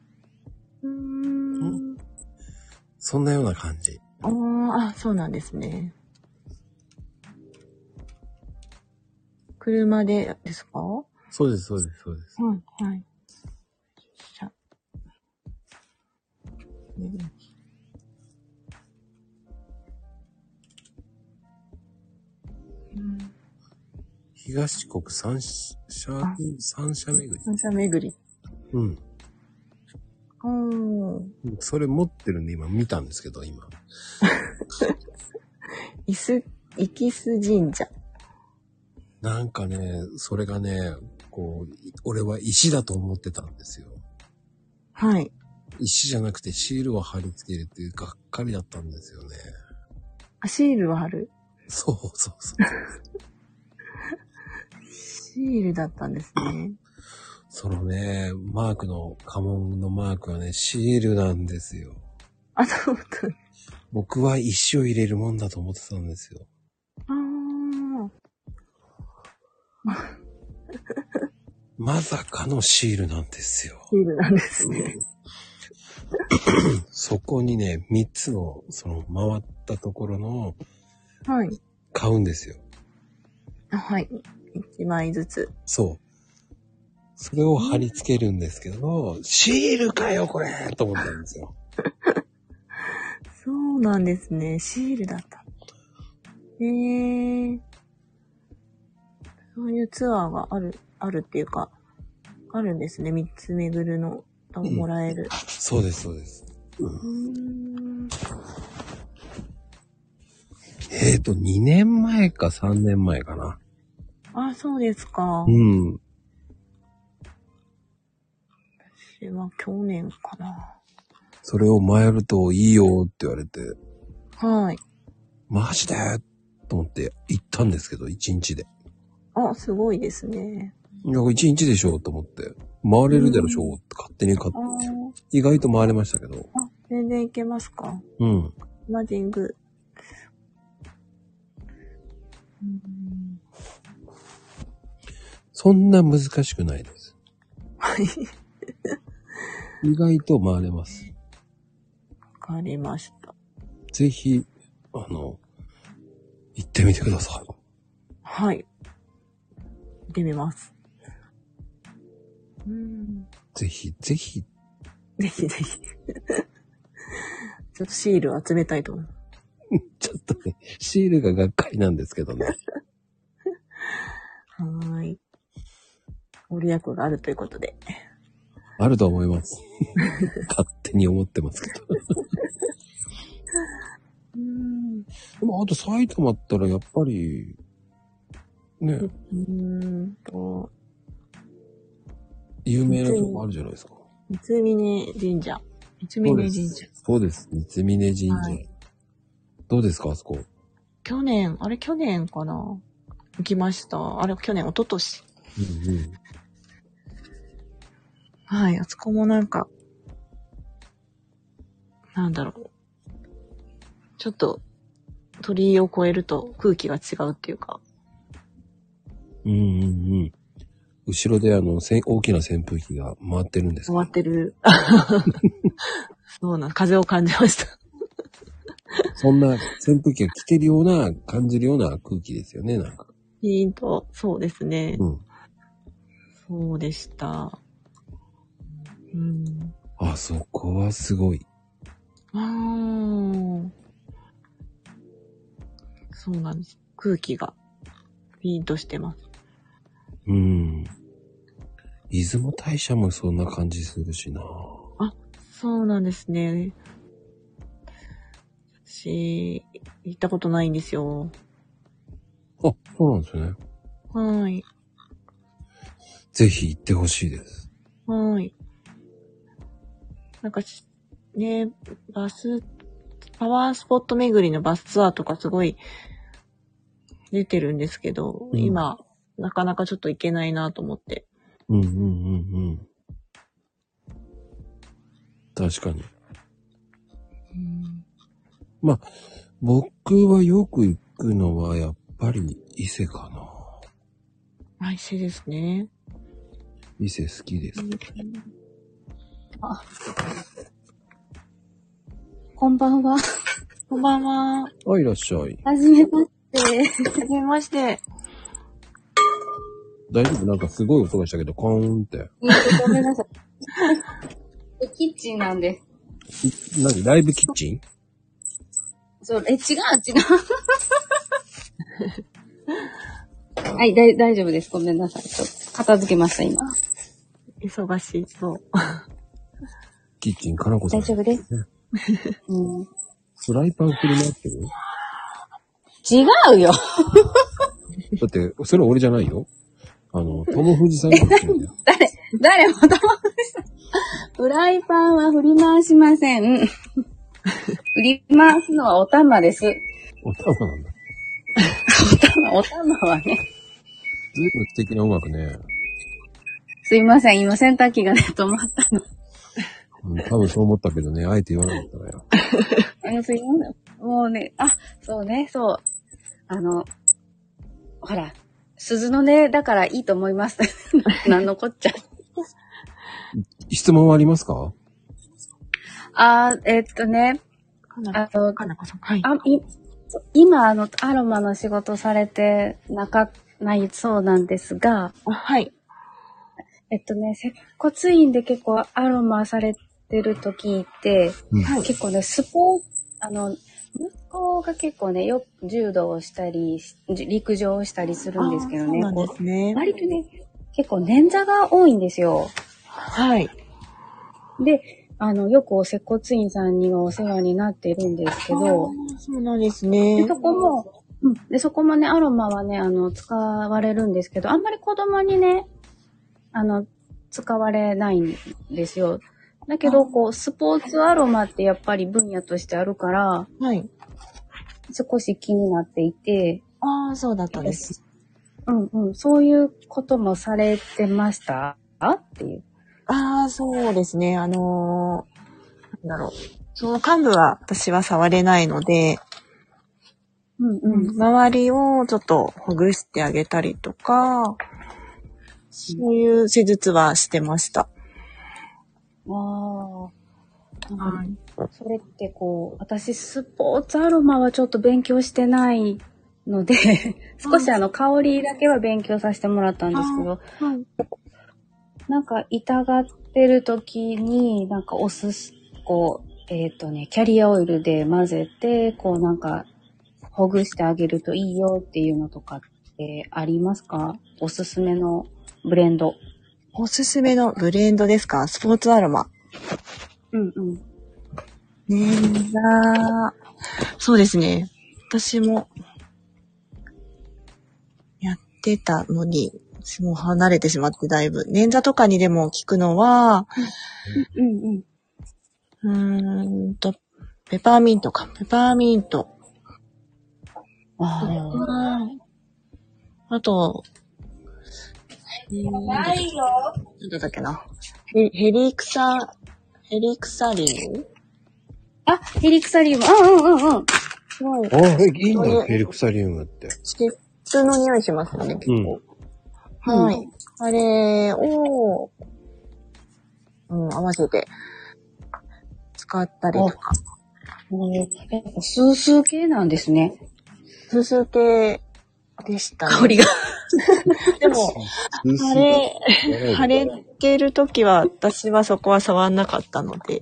Speaker 2: うーん。
Speaker 1: そんなような感じ。
Speaker 2: あーあ、そうなんですね。車でですかは
Speaker 1: そうです、そうです、そうです。
Speaker 2: い、はい。しゃうんうん
Speaker 1: 東国三社、三社巡り。
Speaker 2: 三社巡り。
Speaker 1: うん。
Speaker 2: おー。
Speaker 1: それ持ってるんで今見たんですけど、今。
Speaker 2: いす、いきす神社。
Speaker 1: なんかね、それがね、こう、い俺は石だと思ってたんですよ。
Speaker 2: はい。
Speaker 1: 石じゃなくてシールを貼り付けるっていうがっかりだったんですよね。
Speaker 2: あ、シールは貼る。
Speaker 1: そうそうそう。
Speaker 2: シールだったんですね。
Speaker 1: そのね、マークの、家紋のマークはね、シールなんですよ。
Speaker 2: あ、そうだ。
Speaker 1: 僕は石を入れるもんだと思ってたんですよ。
Speaker 2: あー。
Speaker 1: まさかのシールなんですよ。
Speaker 2: シールなんですね。
Speaker 1: そこにね、3つの、その、回ったところの、
Speaker 2: はい。
Speaker 1: 買うんですよ。
Speaker 2: あはい。1枚ずつ。
Speaker 1: そう。それを貼り付けるんですけど、シールかよ、これと思ったんですよ。
Speaker 2: そうなんですね。シールだった。へえー。そういうツアーがある、あるっていうか、あるんですね。三つ巡るのともらえる。
Speaker 1: そうです、そうです。
Speaker 2: うーん
Speaker 1: えっ、ー、と、2年前か3年前かな。
Speaker 2: あ、そうですか。
Speaker 1: うん。
Speaker 2: 私は去年かな。
Speaker 1: それを回るといいよって言われて、
Speaker 2: はい。
Speaker 1: マジでっと思って行ったんですけど、1日で。
Speaker 2: あ、すごいですね。
Speaker 1: いや、1日でしょうと思って。回れるでしょうって勝手に勝
Speaker 2: あ
Speaker 1: っ
Speaker 2: ー
Speaker 1: 意外と回れましたけど。
Speaker 2: あ、全然いけますか。
Speaker 1: うん。
Speaker 2: マジング。うん
Speaker 1: そんな難しくないです。
Speaker 2: はい。
Speaker 1: 意外と回れます。
Speaker 2: わかりました。
Speaker 1: ぜひ、あの、行ってみてください。
Speaker 2: はい。行ってみます。うん。
Speaker 1: ぜひ、ぜひ、
Speaker 2: ぜひぜひ。ちょっとシール集めたいと思います。
Speaker 1: ちょっとね、シールががっかりなんですけ どね。
Speaker 2: はーい。ご利益があるということで。
Speaker 1: あると思います。勝手に思ってますけど。
Speaker 2: うん。
Speaker 1: でも、あと埼玉ったらやっぱり、ね、
Speaker 2: うんと、
Speaker 1: 有名なとこあるじゃないですか。
Speaker 2: 三峰神社。三
Speaker 1: そう
Speaker 2: 峰
Speaker 1: で
Speaker 2: 神社
Speaker 1: す。。そうです。三峰神社。
Speaker 2: はい
Speaker 1: どうですか、あそこ。
Speaker 2: 去年、あれ去年かな行きました。あれ去年、一昨年。
Speaker 1: うんうん。
Speaker 2: はい、あそこもなんか、なんだろう。ちょっと、鳥居を越えると空気が違うっていうか。
Speaker 1: うんうんうん。後ろであの、せん大きな扇風機が回ってるんですけ
Speaker 2: 終
Speaker 1: ど
Speaker 2: わっ てる。そうなん、風を感じました。
Speaker 1: そんな扇風機が来てるような、感じるような空気ですよね、なんか。
Speaker 2: ピーンと、そうですね。
Speaker 1: うん。
Speaker 2: そうでした。うん。
Speaker 1: あそこはすごい。
Speaker 2: あーそうなんです。空気が、ピーンとしてます。
Speaker 1: うん。出雲大社もそんな感じするしな。
Speaker 2: そうなんですね。私、行ったことないんですよ。
Speaker 1: あ、そうなんですね。
Speaker 2: はい。
Speaker 1: ぜひ行ってほしいです。
Speaker 2: はい。なんかし、ね、バス、パワースポット巡りのバスツアーとかすごい出てるんですけど、
Speaker 1: うん
Speaker 2: 今、なかなかちょっと行けないなと思って。
Speaker 1: うんうんうんうん。確かに。僕はよく行くのはやっぱり伊勢かな。
Speaker 2: はい、せですね。
Speaker 1: 伊勢好きです。
Speaker 2: あ。こんばんは。こんばんは。
Speaker 1: あ、いらっしゃい。
Speaker 3: はじめまして。
Speaker 2: はじめまして。
Speaker 1: 大丈夫なんかすごい音がしたけど、コーンって。
Speaker 3: ごめんなさい。キッチンなんで
Speaker 1: い何ライブキッチン
Speaker 3: す。そう、え、違う、違う。 はい、だい、大丈夫です。ごめんなさい。ちょっと、片付けました、今。
Speaker 2: 忙しそう。
Speaker 1: キッチン、かなこさん。
Speaker 3: 大丈夫です。うん、
Speaker 1: フライパン振り回ってる
Speaker 3: 違うよ。
Speaker 1: だって、それ俺じゃないよ。あの、トム・フジさんが言ってるんだよ。
Speaker 3: 誰、誰も騙した。フライパンは振り回しません。振り回すのはお玉です。
Speaker 1: おたまなんだ。
Speaker 3: お玉、お玉はね。
Speaker 1: ずいぶん素敵な音楽ね。
Speaker 3: すいません、今洗濯機がね、止まったの。
Speaker 1: うん多分そう思ったけどね、あえて言わなかったからよ。
Speaker 3: あすいません。もうね、あ、そうね、そう。あの、ほら、鈴の音だからいいと思います。 なんのこっちゃ。
Speaker 1: 質問はありますか
Speaker 3: あー、えっとね、
Speaker 2: かな
Speaker 3: あの、
Speaker 2: かなこさん。はい。
Speaker 3: あい今、あの、アロマの仕事されてなか、ないそうなんですが、
Speaker 2: あはい。
Speaker 3: えっとね、接骨院で結構アロマされてると聞いて、
Speaker 1: うん
Speaker 2: はい
Speaker 3: 結構ね、スポーあの、息子が結構ね、よく柔道をしたりし、陸上をしたりするんですけどね、
Speaker 2: あーそうなんですね。
Speaker 3: 割とね、結構捻挫が多いんですよ。
Speaker 2: はい。
Speaker 3: で、あの、よくお接骨院さんにはお世話になってるんですけ
Speaker 2: あ
Speaker 3: ど、
Speaker 2: ーそうなんです
Speaker 3: で
Speaker 2: ね。
Speaker 3: そこも、うん、で、そこもね、アロマはね、あの、使われるんですけど、あんまり子供にね、あの、使われないんですよ。だけど、こう、スポーツアロマってやっぱり分野としてあるから、
Speaker 2: はい。
Speaker 3: 少し気になっていて、
Speaker 2: ああ、そうだったんです。
Speaker 3: うんうん、そういうこともされてましたっていう。
Speaker 2: ああ、そうですね。あのーなんだろう。その幹部は私は触れないので、
Speaker 3: うんうん。
Speaker 2: 周りをちょっとほぐしてあげたりとか、そういう施術はしてました。
Speaker 3: ああ。それってこう、私スポーツアロマはちょっと勉強してないので、 少しあの香りだけは勉強させてもらったんですけど、
Speaker 2: はい。
Speaker 3: なんか痛がってる時に、なんかおすす、こう、えっ、とね、キャリアオイルで混ぜて、こうなんか、ほぐしてあげるといいよっていうのとかってありますかおすすめのブレンド。
Speaker 2: おすすめのブレンドですかスポーツアロマ。
Speaker 3: うんうん。
Speaker 2: ねえ、なそうですね。私も、やってたのに、もう離れてしまってだいぶ。捻挫とかにでも効くのは、
Speaker 3: うんうん。
Speaker 2: うーんと、ペパーミントか。ペパーミント。
Speaker 3: ああ。
Speaker 2: あと、えー、ないよ。なんだったっけな。ヘヘリクサ、ヘリクサリン
Speaker 3: あ、ヘリクサリウム。うんうんうんうん。
Speaker 2: すごい、
Speaker 1: あ、いいんだ
Speaker 2: そうい
Speaker 1: よ、
Speaker 2: う
Speaker 1: ヘリクサリウムって。
Speaker 2: 湿布の匂いしますよね。
Speaker 1: うん。
Speaker 2: はい。
Speaker 3: うん
Speaker 2: あれを、うん、合わせて、使ったりとか。
Speaker 3: うんやっぱスースー系なんですね。
Speaker 2: 数数系でした、ね。
Speaker 3: 香 りが。
Speaker 2: でも、腫れ、腫れてる時は、私はそこは触んなかったので。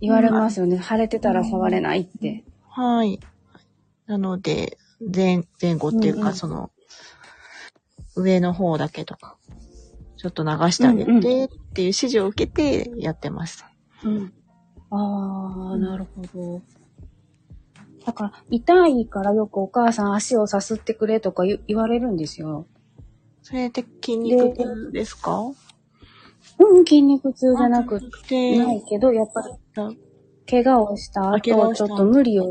Speaker 3: 言われますよね。腫れてたら触れないって。
Speaker 2: はい。なので、前、前後っていう
Speaker 3: うん
Speaker 2: か、
Speaker 3: うん
Speaker 2: その、上の方だけとか、ちょっと流してあげ
Speaker 3: うんうん
Speaker 2: てっていう指示を受けてやってました。
Speaker 3: うん。ああ、なるほど。だから、痛いからよくお母さん足をさすってくれとか言言われるんですよ。
Speaker 2: それって筋肉痛ですか
Speaker 3: うん、筋肉痛じゃなく
Speaker 2: で、
Speaker 3: ないけど、やっぱり怪我をした
Speaker 2: あ怪我
Speaker 3: 後、
Speaker 2: をし
Speaker 3: ち
Speaker 2: た
Speaker 3: ょっと無理を、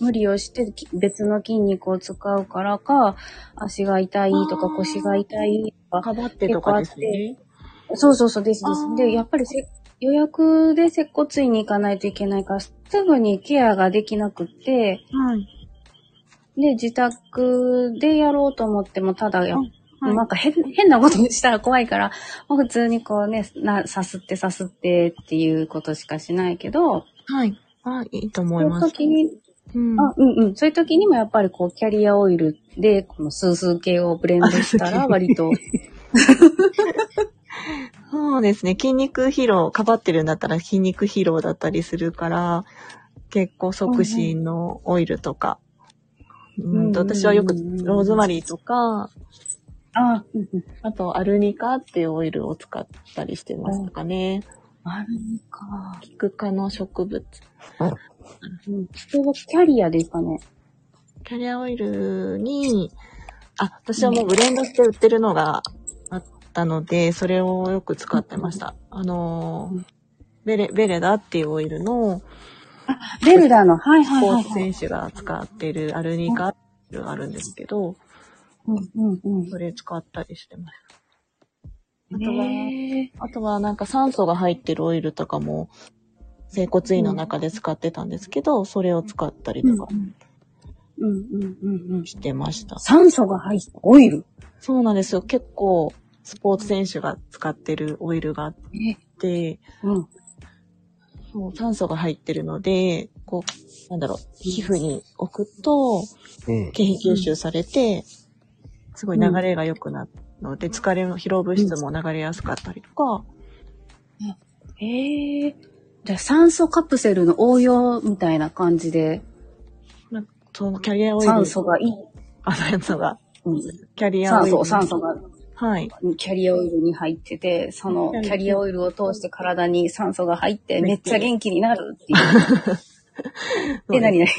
Speaker 3: 無理をしてき別の筋肉を使うからか、足が痛いと
Speaker 2: あ
Speaker 3: か
Speaker 2: ー
Speaker 3: 腰が痛いとか、
Speaker 2: かばってとかですね。
Speaker 3: そうそうそうですで
Speaker 2: あー
Speaker 3: す。で、やっぱりせ予約で接骨院に行かないといけないから、すぐにケアができなくって、
Speaker 2: はい。
Speaker 3: で、自宅でやろうと思っても、ただや、
Speaker 2: うんはい
Speaker 3: なんか変変なことしたら怖いから、もう普通にこうね、な、さすってさすってっていうことしかしないけど、
Speaker 2: はい。あ、いいと
Speaker 3: そ
Speaker 2: 思
Speaker 3: う
Speaker 2: い
Speaker 3: いう
Speaker 2: ます。
Speaker 3: 時に、
Speaker 2: うん。
Speaker 3: あ、うんうん、そういう時にもやっぱりこう、キャリアオイルで、このスースー系をブレンドしたら、割と、
Speaker 2: そうですね。筋肉疲労、かばってるんだったら筋肉疲労だったりするから、結構促進のオイルとか。
Speaker 3: んうん
Speaker 2: うんと私はよく
Speaker 3: うんうんうん
Speaker 2: ローズマリーとか、
Speaker 3: あ、うんうん、
Speaker 2: あとアルニカっていうオイルを使ったりしてましたかね。
Speaker 3: あるか。
Speaker 2: キク科の植物。
Speaker 3: うん、それはキャリアですかね。
Speaker 2: キャリアオイルに、あ、私はもうブレンドして売ってるのがあったので、それをよく使ってました。あのー、ベレ、ベレダっていうオイルの、
Speaker 3: ベルダーの、はい
Speaker 2: ス
Speaker 3: はい
Speaker 2: ポ
Speaker 3: はい、
Speaker 2: ーツ
Speaker 3: はい。
Speaker 2: 選手が使ってるアルニカっていうのがあるんですけど、
Speaker 3: うんうんうん。
Speaker 2: それ使ったりしてます。あとは、
Speaker 3: ね
Speaker 2: あとはなんか酸素が入ってるオイルとかも、整骨院の中で使ってたんですけど、それを使ったり
Speaker 3: う
Speaker 2: と
Speaker 3: ん
Speaker 2: か
Speaker 3: うんうんうん。
Speaker 2: してました。
Speaker 3: 酸素が入ったオイル。
Speaker 2: そうなんですよ。結構、スポーツ選手が使ってるオイルがあっ
Speaker 3: え
Speaker 2: て、
Speaker 3: うん。
Speaker 2: そう酸素が入ってるので、こう、なんだろう、皮膚に置くと、
Speaker 1: うん。
Speaker 2: 経費吸収されて、すごい流れが良くなるので、疲れの疲労物質も流れやすかったりとか、
Speaker 3: へえ。じゃあ酸素カプセルの応用みたいな感じで、
Speaker 2: なんかそのキャリアオイル、
Speaker 3: 酸素がいい。
Speaker 2: あ、酸素が、
Speaker 3: うん、
Speaker 2: キャリアオ
Speaker 3: 酸
Speaker 2: イル。
Speaker 3: 素、酸素が
Speaker 2: はい。
Speaker 3: キャリアオイルに入ってて、そのキャリアオイルを通して体に酸素が入って、めっちゃ元気になるっていう。え、なになに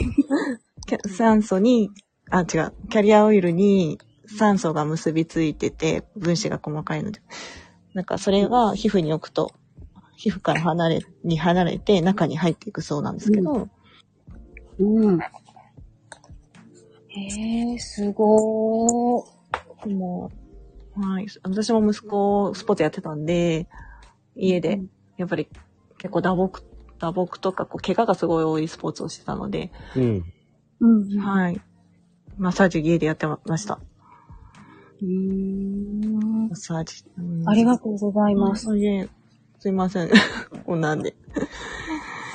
Speaker 2: キャ酸素に、あ、違う、キャリアオイルに酸素が結びついてて、分子が細かいので、なんかそれが皮膚に置くと、皮膚から離れ、に離れて中に入っていくそうなんですけど、
Speaker 3: うん。へえー、すごー。
Speaker 2: でも、はい。私も息子、スポーツやってたんで、家で、やっぱり結構打撲、打撲とか、こう、怪我がすごい多いスポーツをしてたので、
Speaker 1: うん。
Speaker 3: うん。い。
Speaker 2: はい。マッサージ家でやってました。
Speaker 3: うーん
Speaker 2: マッ。サージ。うん
Speaker 3: ありがとうございます。
Speaker 2: す。いえすいません。 こんなんで。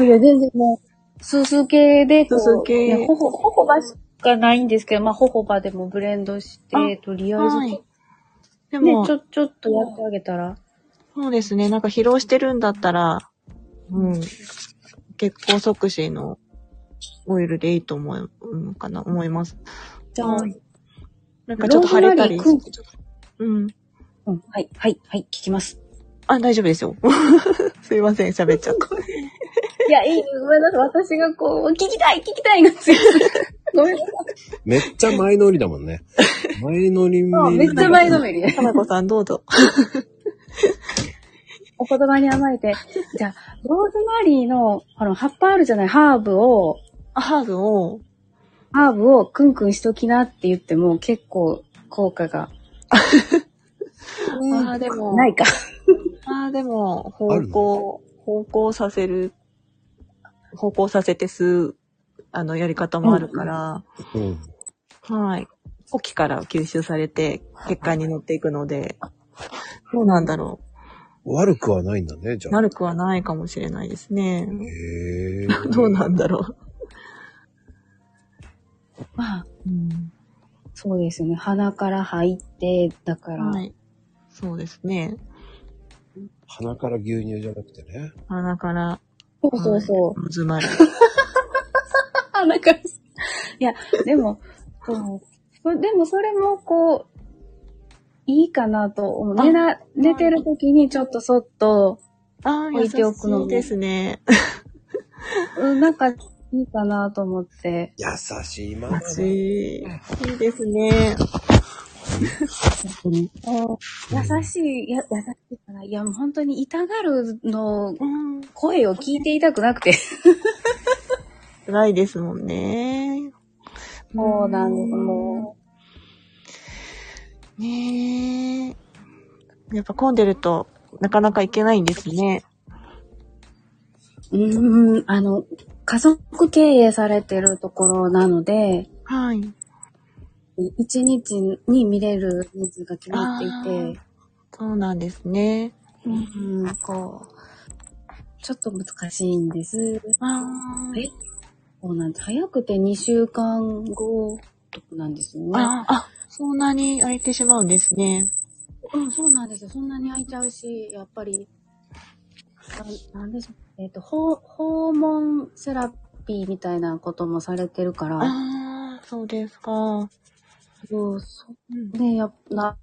Speaker 3: いや、全然もう、すす系でこう、
Speaker 2: すす系
Speaker 3: いやほほ、ほほばしかないんですけど、まあ、ほほばでもブレンドして、とりあえず、
Speaker 2: はいで
Speaker 3: ね、
Speaker 2: も、
Speaker 3: ちょ、ちょっとやってあげたら。
Speaker 2: そうですね。なんか疲労してるんだったら、うん。血行促進のオイルでいいと思ううんかな、思います。
Speaker 3: じゃあ、
Speaker 2: はいなんかちょっと腫れたり
Speaker 3: ローズマリーくん
Speaker 2: うん。
Speaker 3: うん、はい、はい、はい、聞きます。
Speaker 2: あ、大丈夫ですよ。 すいません、喋っちゃった。
Speaker 3: いや、いい、ごめんなさい。私がこう、聞きたい、聞きたいが強い。 ごめんなさ
Speaker 1: めっちゃ前乗りだもんね。 前乗り
Speaker 3: い。めっちゃ前のめりで。
Speaker 2: かなこさんどうぞ。
Speaker 3: お言葉に甘えて。じゃあ、ローズマリーの、あの、葉っぱあるじゃない、ハーブを、
Speaker 2: ハーブを、
Speaker 3: ハーブをクンクンしときなって言っても、結構、効果 が。
Speaker 2: ああ、でも、
Speaker 3: ないか。
Speaker 2: ああ、でも、
Speaker 1: あ
Speaker 2: 方
Speaker 1: る
Speaker 2: 向、方向させる、方向させて吸う、あの、やり方もあるから、
Speaker 1: うん。
Speaker 2: はい。呼気から吸収されて、血管に乗っていくので、どうなんだろ
Speaker 1: 悪くはないんだね、じ
Speaker 2: う。
Speaker 1: ゃあ。
Speaker 2: 悪くはないかもしれないですね。
Speaker 1: へえ。
Speaker 2: どうなんだろ
Speaker 3: まあ、
Speaker 2: う。うん
Speaker 3: そうですよね。鼻から入って、だから。
Speaker 2: はい。そうですね。
Speaker 1: 鼻から牛乳じゃなくてね。
Speaker 2: 鼻から、
Speaker 3: そうそうそう。
Speaker 2: うずまる。
Speaker 3: 鼻から。いや、でも、そう。でもそれも、こう、いいかなと思う。
Speaker 2: あ
Speaker 3: 寝な、寝てる時にちょっとそっと、
Speaker 2: ああ、
Speaker 3: 置
Speaker 2: 優
Speaker 3: い
Speaker 2: して
Speaker 3: おくのも
Speaker 2: いですね。
Speaker 3: うん、なんか、いいかなと思って。
Speaker 1: 優しいママ
Speaker 2: 優
Speaker 1: だ。
Speaker 2: しい。いいですね。
Speaker 3: うん優しい、や、優しいから、いや、もう本当に痛がるの
Speaker 2: うん。
Speaker 3: 声を聞いていたくなくて。
Speaker 2: 辛いですもんね。
Speaker 3: そうなんです、も
Speaker 2: う。ねえ。やっぱ混んでると、なかなか行けないんですね。
Speaker 3: う。うーん、あの、家族経営されてるところなので、
Speaker 2: はい。
Speaker 3: 一日に見れる人数が決まっていて、
Speaker 2: そうなんですね。
Speaker 3: うん、こう、ちょっと難しいんです。
Speaker 2: あ
Speaker 3: えそうなんです。早くて2週間後とかなんですよね。
Speaker 2: あ、あ、そんなに空いてしまうんですね。
Speaker 3: うん、そうなんですよ。そんなに空いちゃうし、やっぱり、ななんでしょう。えっ、と、訪訪問セラピーみたいなこともされてるから、
Speaker 2: ああ、そうですか。う
Speaker 3: そう、そ
Speaker 2: ん
Speaker 3: うね、やっな、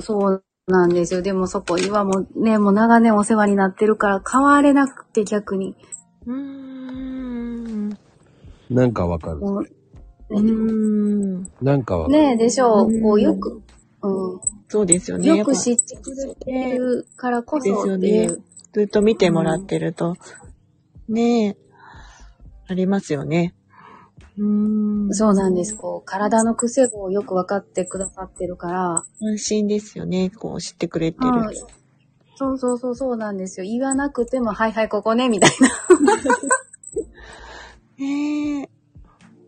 Speaker 3: そうなんですよ。でもそこ、今もね、もう長年お世話になってるから、変われなくて逆に。
Speaker 2: うーん。
Speaker 1: なんかわかる。
Speaker 3: もう
Speaker 2: うーん。
Speaker 1: なんかわかる。
Speaker 3: ねえ、でしょう。こ
Speaker 2: う
Speaker 3: うんよく、う
Speaker 2: そうですよ
Speaker 3: ん、
Speaker 2: ね。
Speaker 3: よく
Speaker 2: や
Speaker 3: 知
Speaker 2: っ
Speaker 3: ってくれてるからこそって
Speaker 2: で
Speaker 3: い
Speaker 2: すよ
Speaker 3: う。
Speaker 2: ぱずっと見てもらってると。ねえ。ありますよね。うーん。
Speaker 3: そうなんです。こう、体の癖をよく分かってくださってるから、
Speaker 2: 安心ですよね。こう知ってくれてる。
Speaker 3: はいそうそうそうそうなんですよ。言わなくても、はいはい、ここね、みたいな。
Speaker 2: ねえ。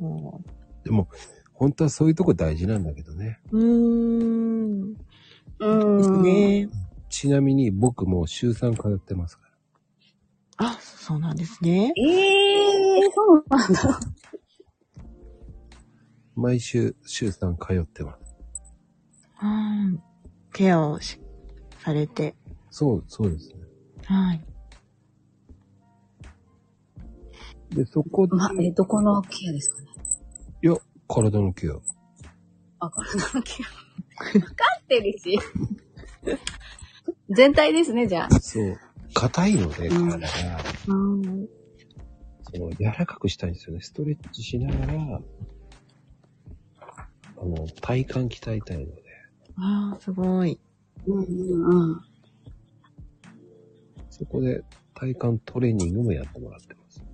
Speaker 2: も
Speaker 1: でも、本当はそういうとこ大事なんだけどね。
Speaker 2: ううーん。
Speaker 3: う
Speaker 2: です。ね。
Speaker 1: ちなみに僕もう週3通ってますから。
Speaker 2: あ、そうなんですね。
Speaker 3: ええー、そうなんだ。
Speaker 1: 毎週週3通ってます。
Speaker 2: うん。ケアをし、されて。
Speaker 1: そう、そうですね。
Speaker 2: はい。
Speaker 1: で、そこで、
Speaker 3: ま、え、どこのケアですかね。
Speaker 1: いや、体のケア。
Speaker 3: あ、体のケア。分かってるし。全体ですね、じゃあ。
Speaker 1: そう。硬いので、
Speaker 3: うん
Speaker 1: 体が。
Speaker 2: うん。
Speaker 1: その柔らかくしたいんですよね。ストレッチしながら、あの、体幹鍛えたいので。
Speaker 2: ああ、すごい。
Speaker 3: うんうんうん。
Speaker 1: そこで体幹トレーニングもやってもらってます。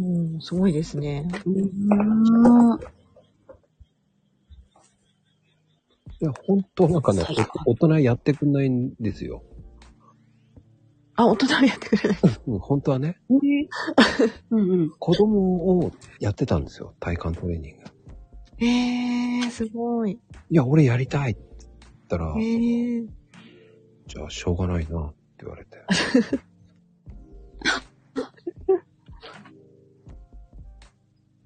Speaker 2: うん、すごいですね。
Speaker 3: う
Speaker 1: い
Speaker 3: ん。
Speaker 1: や、本当なんかね
Speaker 3: 最、
Speaker 1: お大人やってくんないんですよ。
Speaker 2: あ、大人はやってくれない。
Speaker 1: うん、本当はね、
Speaker 3: うんうん。
Speaker 1: 子供をやってたんですよ、体幹トレーニング。
Speaker 2: えー、すごい。
Speaker 1: いや、俺やりたいって言ったら
Speaker 2: え、ー、
Speaker 1: じゃあしょうがないなって言われ て。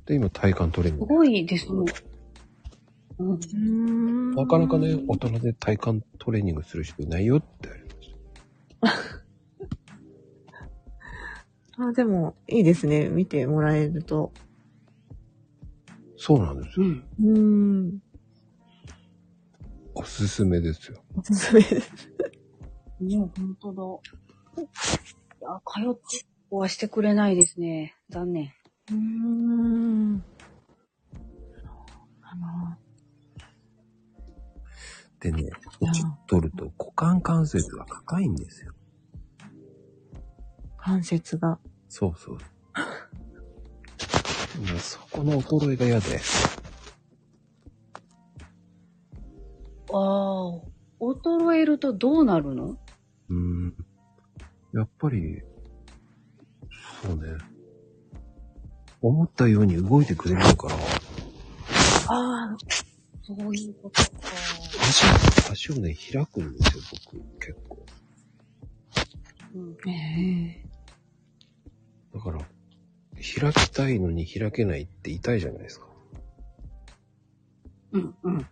Speaker 1: で、今体幹トレーニング。
Speaker 3: すごいですね。うん。
Speaker 2: うーん
Speaker 1: なかなかね、大人で体幹トレーニングする人いないよって言われました。
Speaker 2: あ、でも、いいですね。見てもらえると。
Speaker 1: そうなんです
Speaker 3: う
Speaker 1: よ。
Speaker 3: ん。
Speaker 2: うーん。
Speaker 1: おすすめですよ。
Speaker 2: おすすめです。
Speaker 3: ね、本当だ。いや、通ってはしてくれないですね。残念。
Speaker 2: うーん。あの、
Speaker 1: でね、年取ると股関関節が高いんですよ。
Speaker 2: 関節が。
Speaker 1: そう そう。もうそこの衰えが嫌で。
Speaker 3: わーお。衰えるとどうなるの
Speaker 1: うん。やっぱり、そうね。思ったように動いてくれないから、
Speaker 2: ああ、
Speaker 3: そういうことか。
Speaker 1: 足、足をね、開くんですよ、僕、結構。
Speaker 3: うん。
Speaker 2: ええ
Speaker 1: だから、開きたいのに開けないって痛いじゃないですか。
Speaker 3: うん。うん。
Speaker 2: うん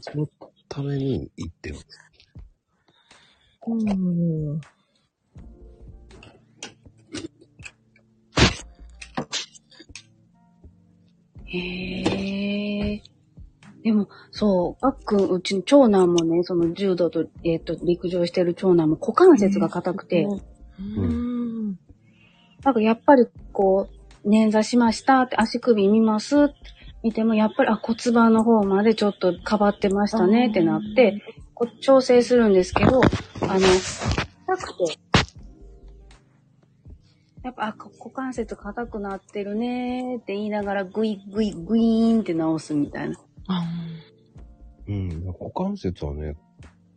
Speaker 1: そのために行ってます。
Speaker 2: うん。うん。
Speaker 3: へえ。でも、そう、あっくん、うちの長男もね、その柔道と、えっ、と、陸上してる長男も股関節が硬くて、
Speaker 2: うん。
Speaker 3: なんかやっぱりこう、捻挫しましたって足首見ますって見ても、やっぱり、あ、骨盤の方までちょっとかばってましたねってなって、こう調整するんですけど、あの、硬くて、やっぱ、あ、こ股関節硬くなってるねーって言いながら、グイグイグイーンって直すみたいな。
Speaker 2: あ
Speaker 1: うん。股関節はね、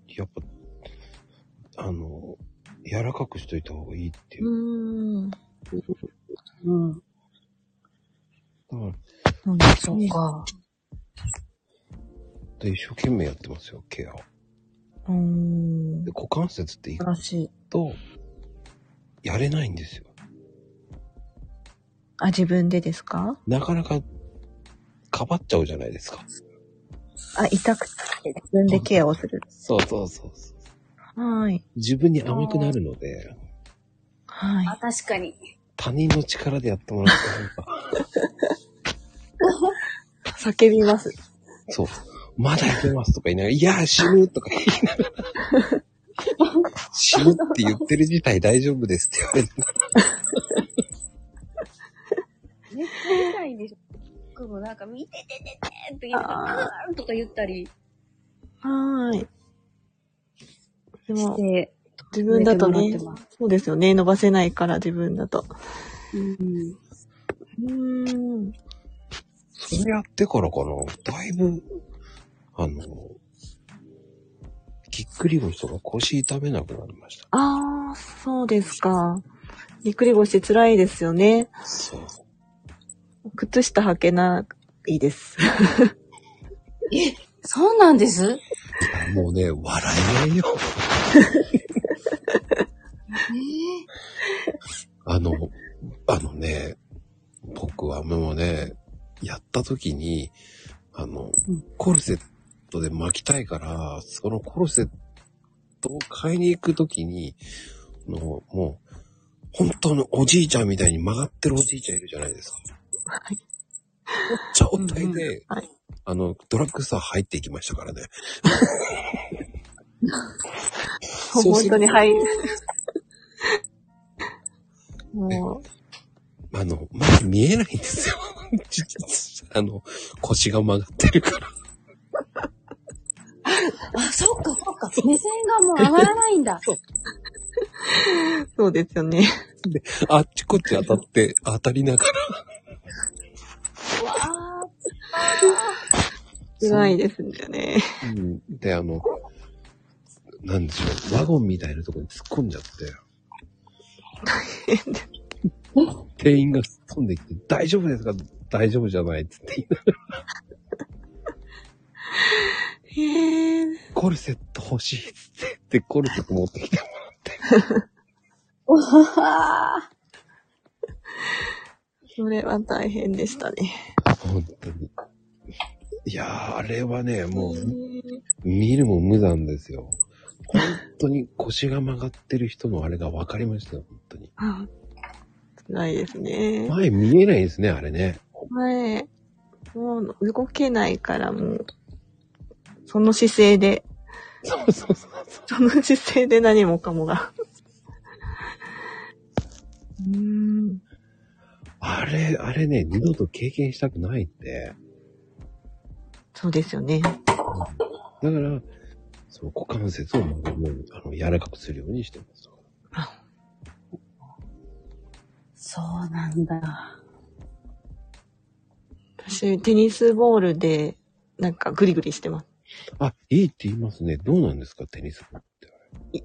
Speaker 1: やっぱ、あの、柔らかくしといた方がいいっていうう。
Speaker 2: ん。
Speaker 3: うん。
Speaker 1: だから
Speaker 2: そう
Speaker 3: そ
Speaker 2: ね
Speaker 3: っか。
Speaker 1: で一生懸命やってますよ、ケアを。
Speaker 2: うん。
Speaker 1: で、
Speaker 2: 素
Speaker 1: 股関節って意
Speaker 2: 晴
Speaker 1: 外
Speaker 2: らしい。
Speaker 1: と、やれないんですよ。
Speaker 2: あ、自分でですか
Speaker 1: なかなか、かばっちゃうじゃないですか。
Speaker 2: あ、痛くて自分でケアをする。
Speaker 1: そうそうそうそう。
Speaker 2: はい。
Speaker 1: 自分に甘くなるので、
Speaker 2: はい。
Speaker 3: あ、確かに。
Speaker 1: 他人の力でやってもらった方が、
Speaker 2: 叫びます。
Speaker 1: そう。まだいけますとか言いながら、いや、死ぬとか言いながら、死ぬって言ってる自体大丈夫ですって言 われて、
Speaker 3: めっちゃ痛いんでしょ。僕もなんか、見ててててーって言ったら、
Speaker 2: あー
Speaker 3: うーんとか言ったり
Speaker 2: はい。で
Speaker 3: し
Speaker 2: も、
Speaker 3: て、
Speaker 2: 自分だと
Speaker 3: 入れ
Speaker 2: ね
Speaker 3: てもらって、
Speaker 2: そうですよね。伸ばせないから、自分だと。
Speaker 3: うん。
Speaker 2: うーん。
Speaker 1: それやってからかな、だいぶ、あの、ぎっくり腰とか腰痛めなくなりました。
Speaker 2: ああ、そうですか。ぎっくり腰辛いですよね。
Speaker 1: そう。
Speaker 2: 靴下履けないです。
Speaker 3: そうなんです
Speaker 1: もうね、笑えないよ。あの、あのね、僕はもうね、やった時に、あの、
Speaker 3: うん
Speaker 1: コルセットで巻きたいから、そのコルセットを買いに行く時に、のもう、本当のおじいちゃんみたいに曲がってるおじいちゃんいるじゃないですか。
Speaker 2: はい
Speaker 1: 状態で、
Speaker 2: はい
Speaker 1: あの、ドラッグストア入っていきましたからね。そうす
Speaker 2: 本
Speaker 1: る
Speaker 2: 当に、はい。も
Speaker 1: あの、まだ見えないんですよ。 実はあの、腰が曲がってるから。
Speaker 3: あ、そっかそっか。目線がもう上がらないんだ。
Speaker 2: う、そうですよね。
Speaker 1: あっちこっち当たって、当たりながら。
Speaker 2: わー。辛いですんだよね。
Speaker 1: うんで、あの、なんでしょう、ワゴンみたいなところに突っ込んじゃって、
Speaker 2: 大変だ
Speaker 1: 店員が突っ込んできて、大丈夫ですか大丈夫じゃないっつって、
Speaker 2: へー。
Speaker 1: コルセット欲しいっつって、で、コルセット持ってきてもらって。
Speaker 3: うわー
Speaker 2: それは大変でしたね。
Speaker 1: 本当に。いやー、あれはね、もう、見るも無残ですよ。本当に腰が曲がってる人のあれが分かりましたよ、本当に。
Speaker 2: あ辛いですね。
Speaker 1: 前見えないですね、あれね。
Speaker 2: 前、もう動けないからもう、その姿勢で、
Speaker 1: そうそうそうそう。
Speaker 2: その姿勢で何もかもが。うーん。
Speaker 1: あれ、あれね、二度と経験したくないって。
Speaker 2: そうですよね。
Speaker 1: だから、その股関節をもうもうあの柔らかくするようにしてます。
Speaker 3: そうなんだ。
Speaker 2: 私、テニスボールで、なんかグリグリしてます。
Speaker 1: あ、いいって言いますね。どうなんですか、テニス部って。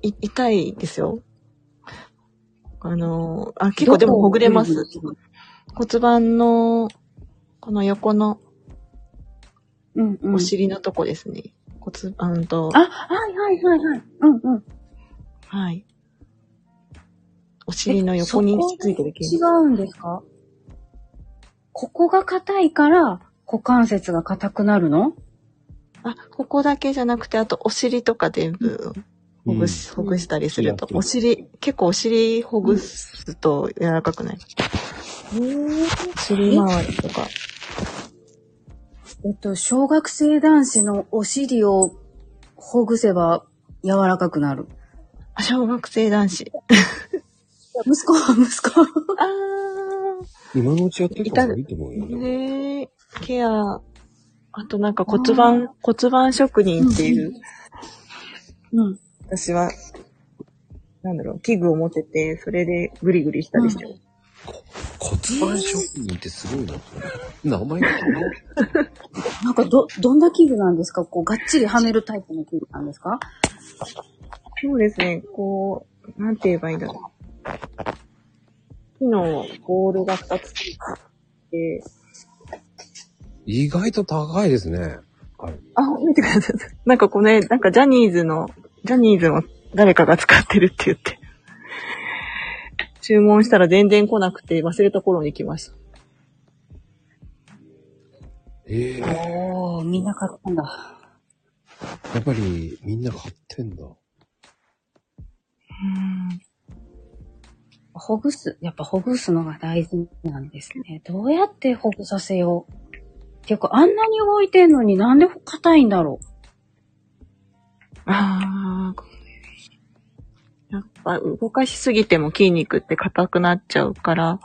Speaker 2: いい痛いですよ。あのーあ、結構でもほぐれます。骨盤の、この横の
Speaker 3: うんうん。
Speaker 2: お尻のとこですね。骨盤と、
Speaker 3: あ、はいはいはいはい。うんうん。
Speaker 2: はい。お尻の横にひっついてる
Speaker 3: 違うんですかここが硬いから股関節が硬くなるの
Speaker 2: あ、ここだけじゃなくて、あとお尻とか全部ほぐし、ほぐしたりすると、お尻、結構お尻ほぐすと柔らかくなる。
Speaker 3: へー
Speaker 2: お尻周りとか。
Speaker 3: えっと、小学生男子のお尻をほぐせば柔らかくなる。
Speaker 2: あ、小学生男子。
Speaker 3: 息子は息子。
Speaker 2: あ
Speaker 1: 今のうちやってた方がいいと思うよ。
Speaker 2: ー、ねえケア、あとなんか骨盤、骨盤職人っていう、
Speaker 3: うん。
Speaker 2: 私は、なんだろう、器具を持ってて、それでグリグリしたりしてます。
Speaker 1: 骨盤職人ってすごいな。名前が。
Speaker 3: なんかど、どんな器具なんですかこう、がっちりはめるタイプの器具なんですか
Speaker 2: そうですね、こう、なんて言えばいいんだろう。木のボールが2つついてて、
Speaker 1: 意外と高いですね。
Speaker 2: あ、見てください。なんかこれ、なんかジャニーズの、ジャニーズの誰かが使ってるって言って。注文したら全然来なくて忘れた頃に来ました。
Speaker 1: ええ
Speaker 3: おー、みんな買ったんだ。
Speaker 1: やっぱりみんな買ってんだ。
Speaker 3: ほぐす、やっぱほぐすのが大事なんですね。どうやってほぐさせよう。ていうか、あんなに動いてんのになんで硬いんだろ
Speaker 2: ああ。やっぱ動かしすぎても筋肉って硬くなっちゃうから、
Speaker 3: う。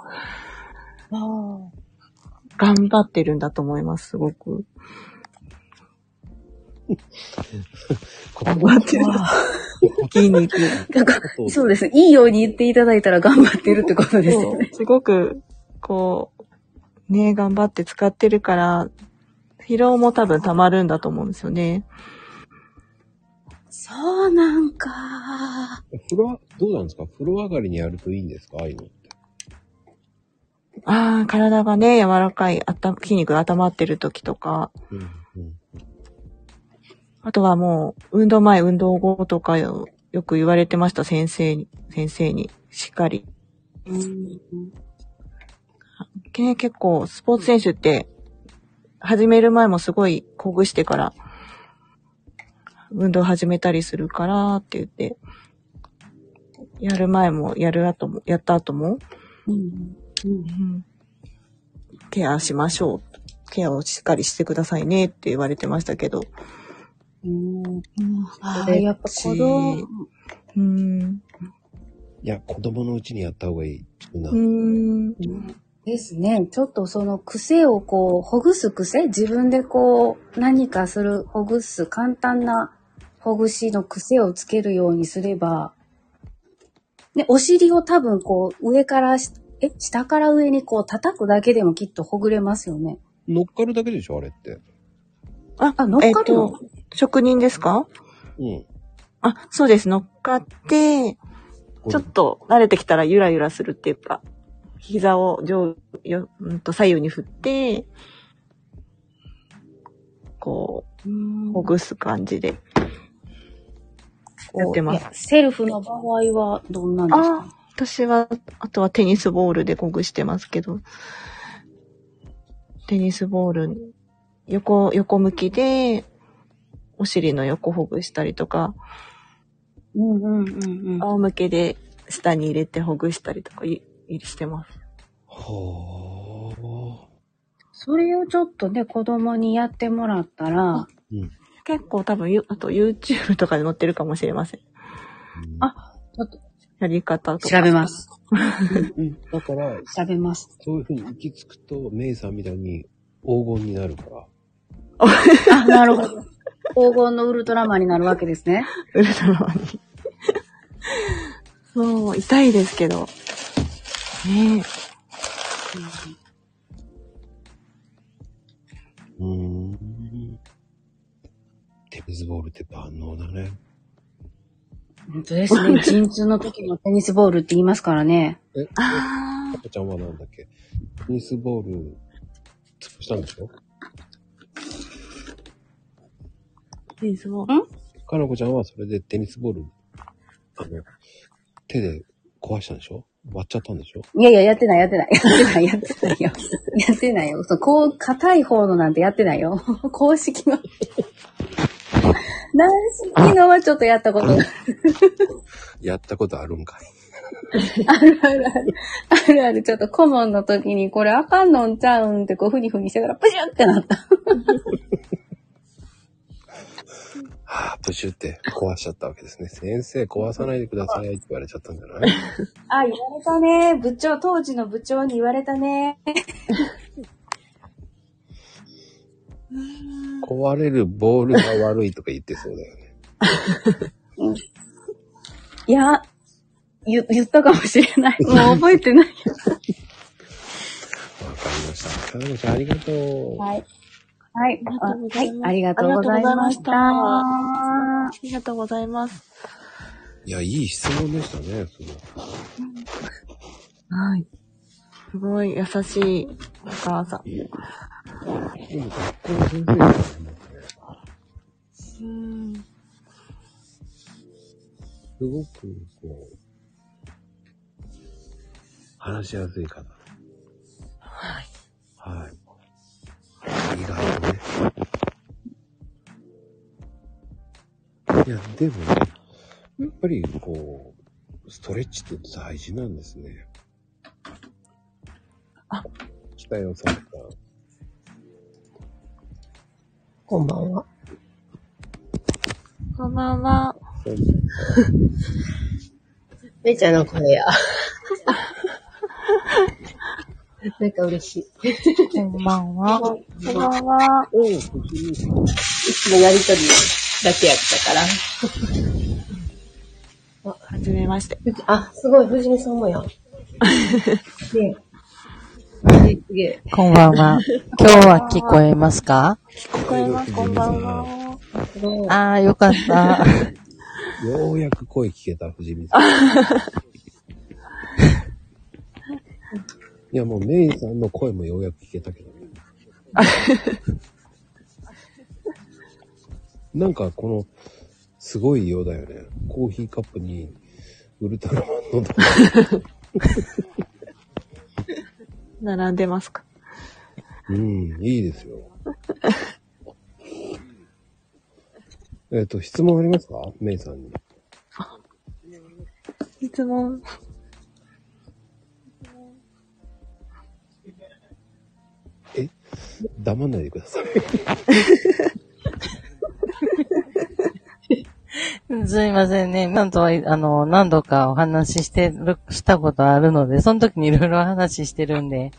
Speaker 3: あ
Speaker 2: 頑張ってるんだと思います、すごく。
Speaker 1: 骨
Speaker 2: 頑張ってる。
Speaker 3: あ。
Speaker 2: 筋肉。
Speaker 3: なんか、そうですね。いいように言っていただいたら頑張ってるってことですよ
Speaker 2: そ
Speaker 3: ね。
Speaker 2: うすごく、こう、ね、頑張って使ってるから、疲労も多分溜まるんだと思うんですよね。
Speaker 3: そうなんか。
Speaker 1: 風呂、どうなんですか風呂上がりにやるといいんですかああいうのって。
Speaker 2: ああ、体がね、柔らかい、あった、筋肉が温まってる時とか、
Speaker 1: うん、うん。
Speaker 2: あとはもう、運動前、運動後とかよ、よく言われてました、先生に、先生に、しっかり。け結構、スポーツ選手って、始める前もすごい、ほぐしてから、運動始めたりするから、って言って、やる前も、やる後も、やった後も、
Speaker 3: うん。うん
Speaker 2: ケアしましょう。ケアをしっかりしてくださいね、って言われてましたけど。
Speaker 3: うん。ああ、
Speaker 2: で
Speaker 3: やっぱ子供。
Speaker 2: うん。
Speaker 1: いや、子供のうちにやった方がいい。な
Speaker 2: うーん。
Speaker 3: ですね。ちょっとその癖をこう、ほぐす癖自分でこう、何かする、ほぐす、簡単なほぐしの癖をつけるようにすれば、ね、お尻を多分こう、上からし、え、下から上にこう叩くだけでもきっとほぐれますよね。
Speaker 1: 乗っかるだけでしょ、あれって。
Speaker 2: あ、
Speaker 3: あ乗っかるの
Speaker 2: えっ、と、職人ですか
Speaker 1: うん。
Speaker 2: あ、そうです。乗っかって、ちょっと慣れてきたらゆらゆらするっていうか、膝を上、ようんと左右に振って、こう、ほぐす感じで。やってます
Speaker 3: いやセルフの場合はどんなんですか
Speaker 2: あ私は、あとはテニスボールでほぐしてますけど、テニスボールに、横、横向きで、お尻の横ほぐしたりとか、
Speaker 3: うんうんうんうん。
Speaker 2: 仰向けで下に入れてほぐしたりとかいいしてます。
Speaker 1: ほー。
Speaker 3: それをちょっとね、子供にやってもらったら、
Speaker 2: 結構多分、ゆあと YouTube とかで載ってるかもしれません。
Speaker 3: あちょっと
Speaker 2: やり方とか。
Speaker 3: 調べます。うんうん、
Speaker 1: だから、
Speaker 3: 調べます。
Speaker 1: そういうふうに行き着くと、メイさんみたいに黄金になるから。
Speaker 3: あ、なるほど。黄金のウルトラマンになるわけですね。
Speaker 2: ウルトラマンに。そう、痛いですけど。ね
Speaker 1: うーん。テニスボールって万能だね。
Speaker 3: 本当ですね。 陣痛の時のテニスボールって言いますからね。
Speaker 1: え、
Speaker 2: え。ああ、
Speaker 1: 赤ちゃんはなんだっけテニスボール、潰したんでしょ
Speaker 2: いいぞ。
Speaker 1: かなこちゃんはそれでテニスボール、あの、手で壊したんでしょ割っちゃったんでしょ
Speaker 3: いやいや、やってない、やってない。やってない、やってないよ。やってないよ。そう、こう、硬い方のなんてやってないよ。公式の。軟式のはちょっとやったことない
Speaker 1: やったことあるんかい。
Speaker 3: あるあるある。あるある。ちょっと顧問の時に、これあかんのんちゃうんってこう、ふにふにしてたら、プシュンってなった。
Speaker 1: はぁ、プシュって壊しちゃったわけですね。先生壊さないでくださいって言われちゃったんじゃない
Speaker 3: あ、言われたね。部長、当時の部長に言われたね。
Speaker 1: 壊れるボールが悪いとか言ってそうだよね。
Speaker 3: いや、言、言ったかもしれ ない。もう覚えてない。
Speaker 1: わかりました。かなこちゃんありがとう。
Speaker 3: はい。はい。あ
Speaker 2: ありがとうござ
Speaker 3: はいい
Speaker 2: ます。
Speaker 3: ありがとうございました。
Speaker 2: ありがとうござありがとうございます。
Speaker 1: いや、いい質問でしたね。その
Speaker 2: はい。すごい優しいお母さん。
Speaker 1: でも学校の先生だと思って
Speaker 2: うん。
Speaker 1: すごく、こう、話しやすい方。
Speaker 2: はい。
Speaker 1: はい。意外とね。いや、でもね、やっぱりこう、ストレッチって大事なんですね。
Speaker 2: あ
Speaker 1: 来たよ、さっきから。
Speaker 4: こんばんは。
Speaker 2: こんばんは。
Speaker 1: そう
Speaker 4: めいちゃんの声や。なんか嬉しい。
Speaker 2: こんばんは。こんばんは。
Speaker 1: おう普通に
Speaker 4: いつもやりとりだけやったから。
Speaker 2: はじめまして。
Speaker 4: ふじあ、すごい、藤見さんもや。 ねえ。すげえすげえ。
Speaker 5: こんばんは。 今日は聞こえますか
Speaker 2: 聞こえます。こんばんは。
Speaker 4: すごい。
Speaker 5: ああ、よかった。
Speaker 1: ようやく声聞けた、藤見さん。いや、もうメイさんの声もようやく聞けたけどね。なんか、この、すごいようだよね。コーヒーカップに、ウルトラマンのとこ
Speaker 2: 並んでますか
Speaker 1: うん、いいですよ。えっと、質問ありますかメイさんに。
Speaker 2: 質問。
Speaker 1: 黙んないでください。
Speaker 5: すいませんね。なんと、あの、何度かお話ししてる、したことあるので、その時にいろいろお話ししてるんで、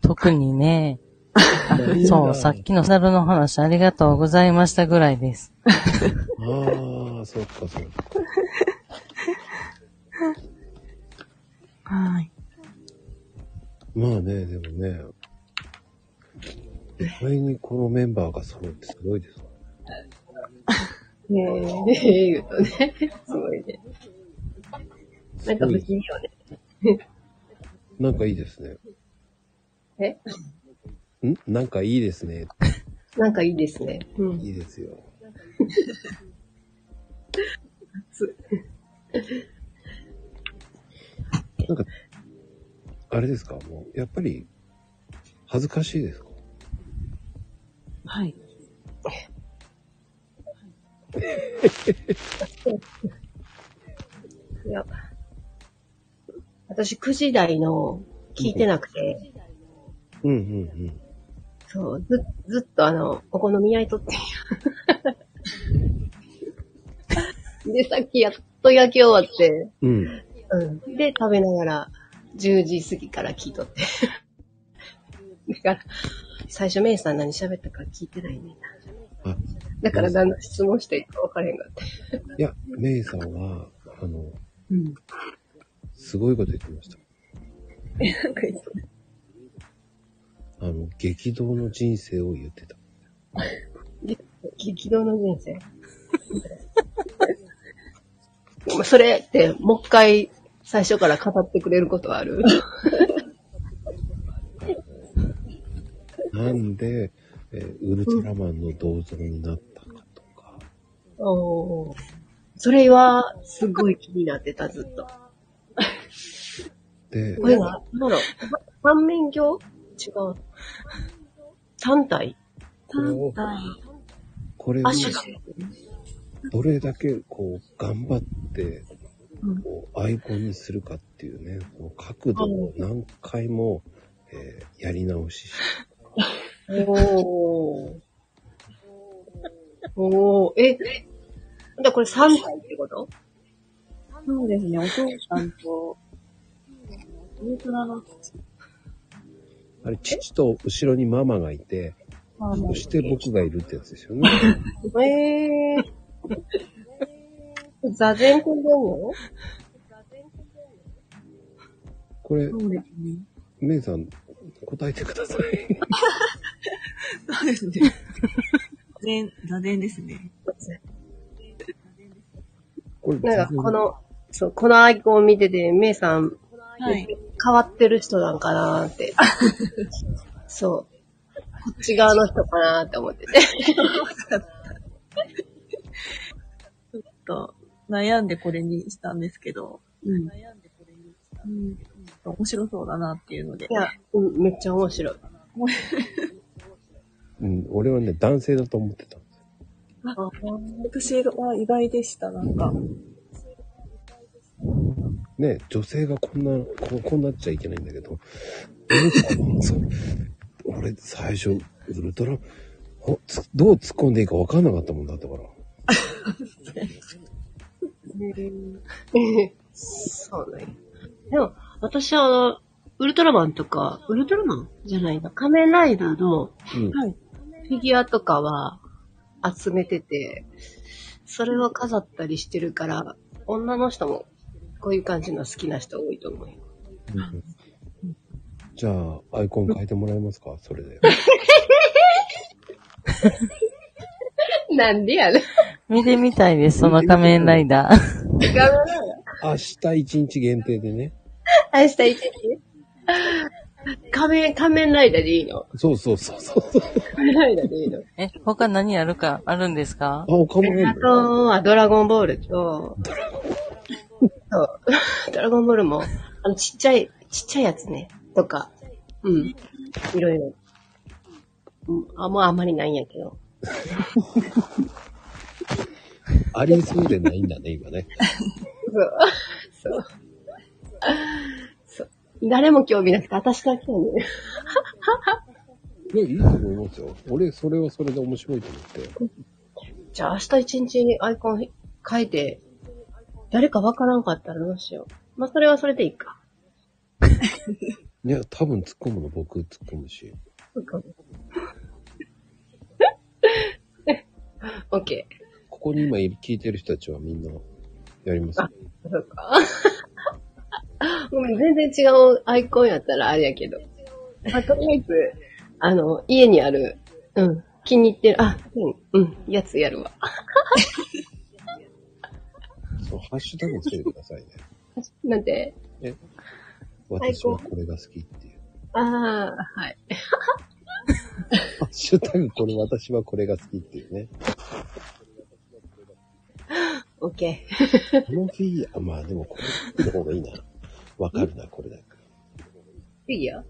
Speaker 5: 特にね、あ そう、さっきのサルの話ありがとうございましたぐらいです。
Speaker 1: ああ、そっかそっか。ね、でもね。意外にこのメンバーが揃うってすごいですね。
Speaker 4: ねえ、言うとね、すごいね。なんか不気味よね。
Speaker 1: なんかいいですね。んなんかいいですね。
Speaker 4: なんかいいですね。うん。
Speaker 1: いいですよ。なんか、あれですかもう、やっぱり、恥ずかしいですか
Speaker 2: はい。
Speaker 4: いや。私、9時台の聞いてなくて、
Speaker 1: うんうん
Speaker 4: そう、ず、ずっとあの、お好み焼いとって。 で、さっきやっと焼き終わって、
Speaker 1: うん。うん。
Speaker 4: うん。で、食べながら、10時過ぎから聞いとって。 だから、最初メイさん何喋ったか聞いてないね。
Speaker 1: あ、
Speaker 4: だから、だんだん質問していいか分からへんかって。
Speaker 1: いや、メイさんは、あの、
Speaker 4: うん。
Speaker 1: すごいこと言ってました。
Speaker 4: なんかいつも
Speaker 1: あの、激動の人生を言ってた。
Speaker 4: 激動の人生。 でもそれって、もう一回、最初から語ってくれることはある
Speaker 1: なんで、えーウルトラマンの銅像になったかとか、
Speaker 4: おーそれは、すごい気になってた、ずっと。
Speaker 1: で、
Speaker 4: これは、なんだ ろう、反面鏡違う。単体
Speaker 1: これを、
Speaker 2: はい。
Speaker 1: これを、
Speaker 4: 足が。
Speaker 1: どれだけこう、頑張って
Speaker 4: うん、
Speaker 1: こう、アイコンにするかっていうね、この角度を何回も、えーやり直しし
Speaker 4: おー。おー、え、だからこれ3体ってこと
Speaker 3: そうですね、お父さんと、ウルトラの
Speaker 1: あれ、父と後ろにママがいて、
Speaker 3: まあ
Speaker 1: そ
Speaker 3: も
Speaker 1: して僕がいるってやつですよね。
Speaker 4: ええー。座禅組んでんの
Speaker 1: これ、
Speaker 2: そうですね。
Speaker 1: メイさん、答えてください。
Speaker 2: そうですね。座禅、座禅ですね。
Speaker 1: これ、
Speaker 4: なんか、この、そう、このアイコンを見てて、メイさん、
Speaker 2: はい。
Speaker 4: 変わってる人なんかなーって。そう。こっち側の人かなーって思ってて。
Speaker 2: ちょっと悩んでこれにしたんですけど、
Speaker 4: うん。い
Speaker 2: うん、ちょっと面白そうだなっていうので。
Speaker 4: や、うん、めっちゃ面白い。
Speaker 1: うん、俺はね、男性だと思ってた。
Speaker 2: 私は意外でした、なんか。
Speaker 1: ね、女性がこんな、こうこうなっちゃいけないんだけど、メイさんはそう俺、最初、ウルトラ、ほつどう突っ込んでいいか分かんなかったもんだったから。
Speaker 4: そうね。でも、私はあの、ウルトラマンとか、ウルトラマンじゃないな、仮面ライダーの
Speaker 1: うん
Speaker 2: はい。
Speaker 4: フィギュアとかは集めてて、それを飾ったりしてるから、女の人もこういう感じの好きな人多いと思うよ。
Speaker 1: うんじゃあ、アイコン変えてもらえますかそれで。
Speaker 4: なんで やねん。
Speaker 5: 見てみたいです、その仮面ライダー。
Speaker 1: 明日一日限定でね。
Speaker 4: 明日行ってきて仮面、仮面ライダーでいいの
Speaker 1: そうそうそうそう。
Speaker 4: 仮面ライダーでいいの
Speaker 5: え、他何あるか、あるんです
Speaker 1: あ、
Speaker 5: か
Speaker 1: おかも
Speaker 4: あとはドラゴンボールと、そうドラゴンボールも、あの、ちっちゃい、ちっちゃいやつね、とか、うん、いろいろ。うん、あ、もうあんまりないんやけど。
Speaker 1: ありそうでないんだね、今ね。
Speaker 4: そう。そう。そう誰も興味なくて、私だけやね。
Speaker 1: いや、いいと思いますよ。俺、それはそれで面白いと思って。
Speaker 4: じゃあ明日一日にアイコン変えて、誰かわからんかったらどうしよう。まあ、それはそれでいいか。
Speaker 1: いや、多分突っ込むの僕突っ込むし。
Speaker 4: オッケー。
Speaker 1: ここに今聞いてる人たちはみんなやりますよ。
Speaker 4: そうか。ごめん、全然違うアイコンやったらあれやけど。まあ、とりあえず、あの、家にある、うん、気に入ってる、あ、うん、うん、やつやるわ。
Speaker 1: そう、ハッシュタグつけてくださいね。
Speaker 4: なんで、
Speaker 1: 私はこれが好きっていう。
Speaker 4: ああ、はい。
Speaker 1: ハッシュタグこれ私はこれが好きっていうね。
Speaker 4: オッケー。
Speaker 1: このフィギュア、まあでもこれの方がいいな。わかるな、これだ。
Speaker 4: いいよ。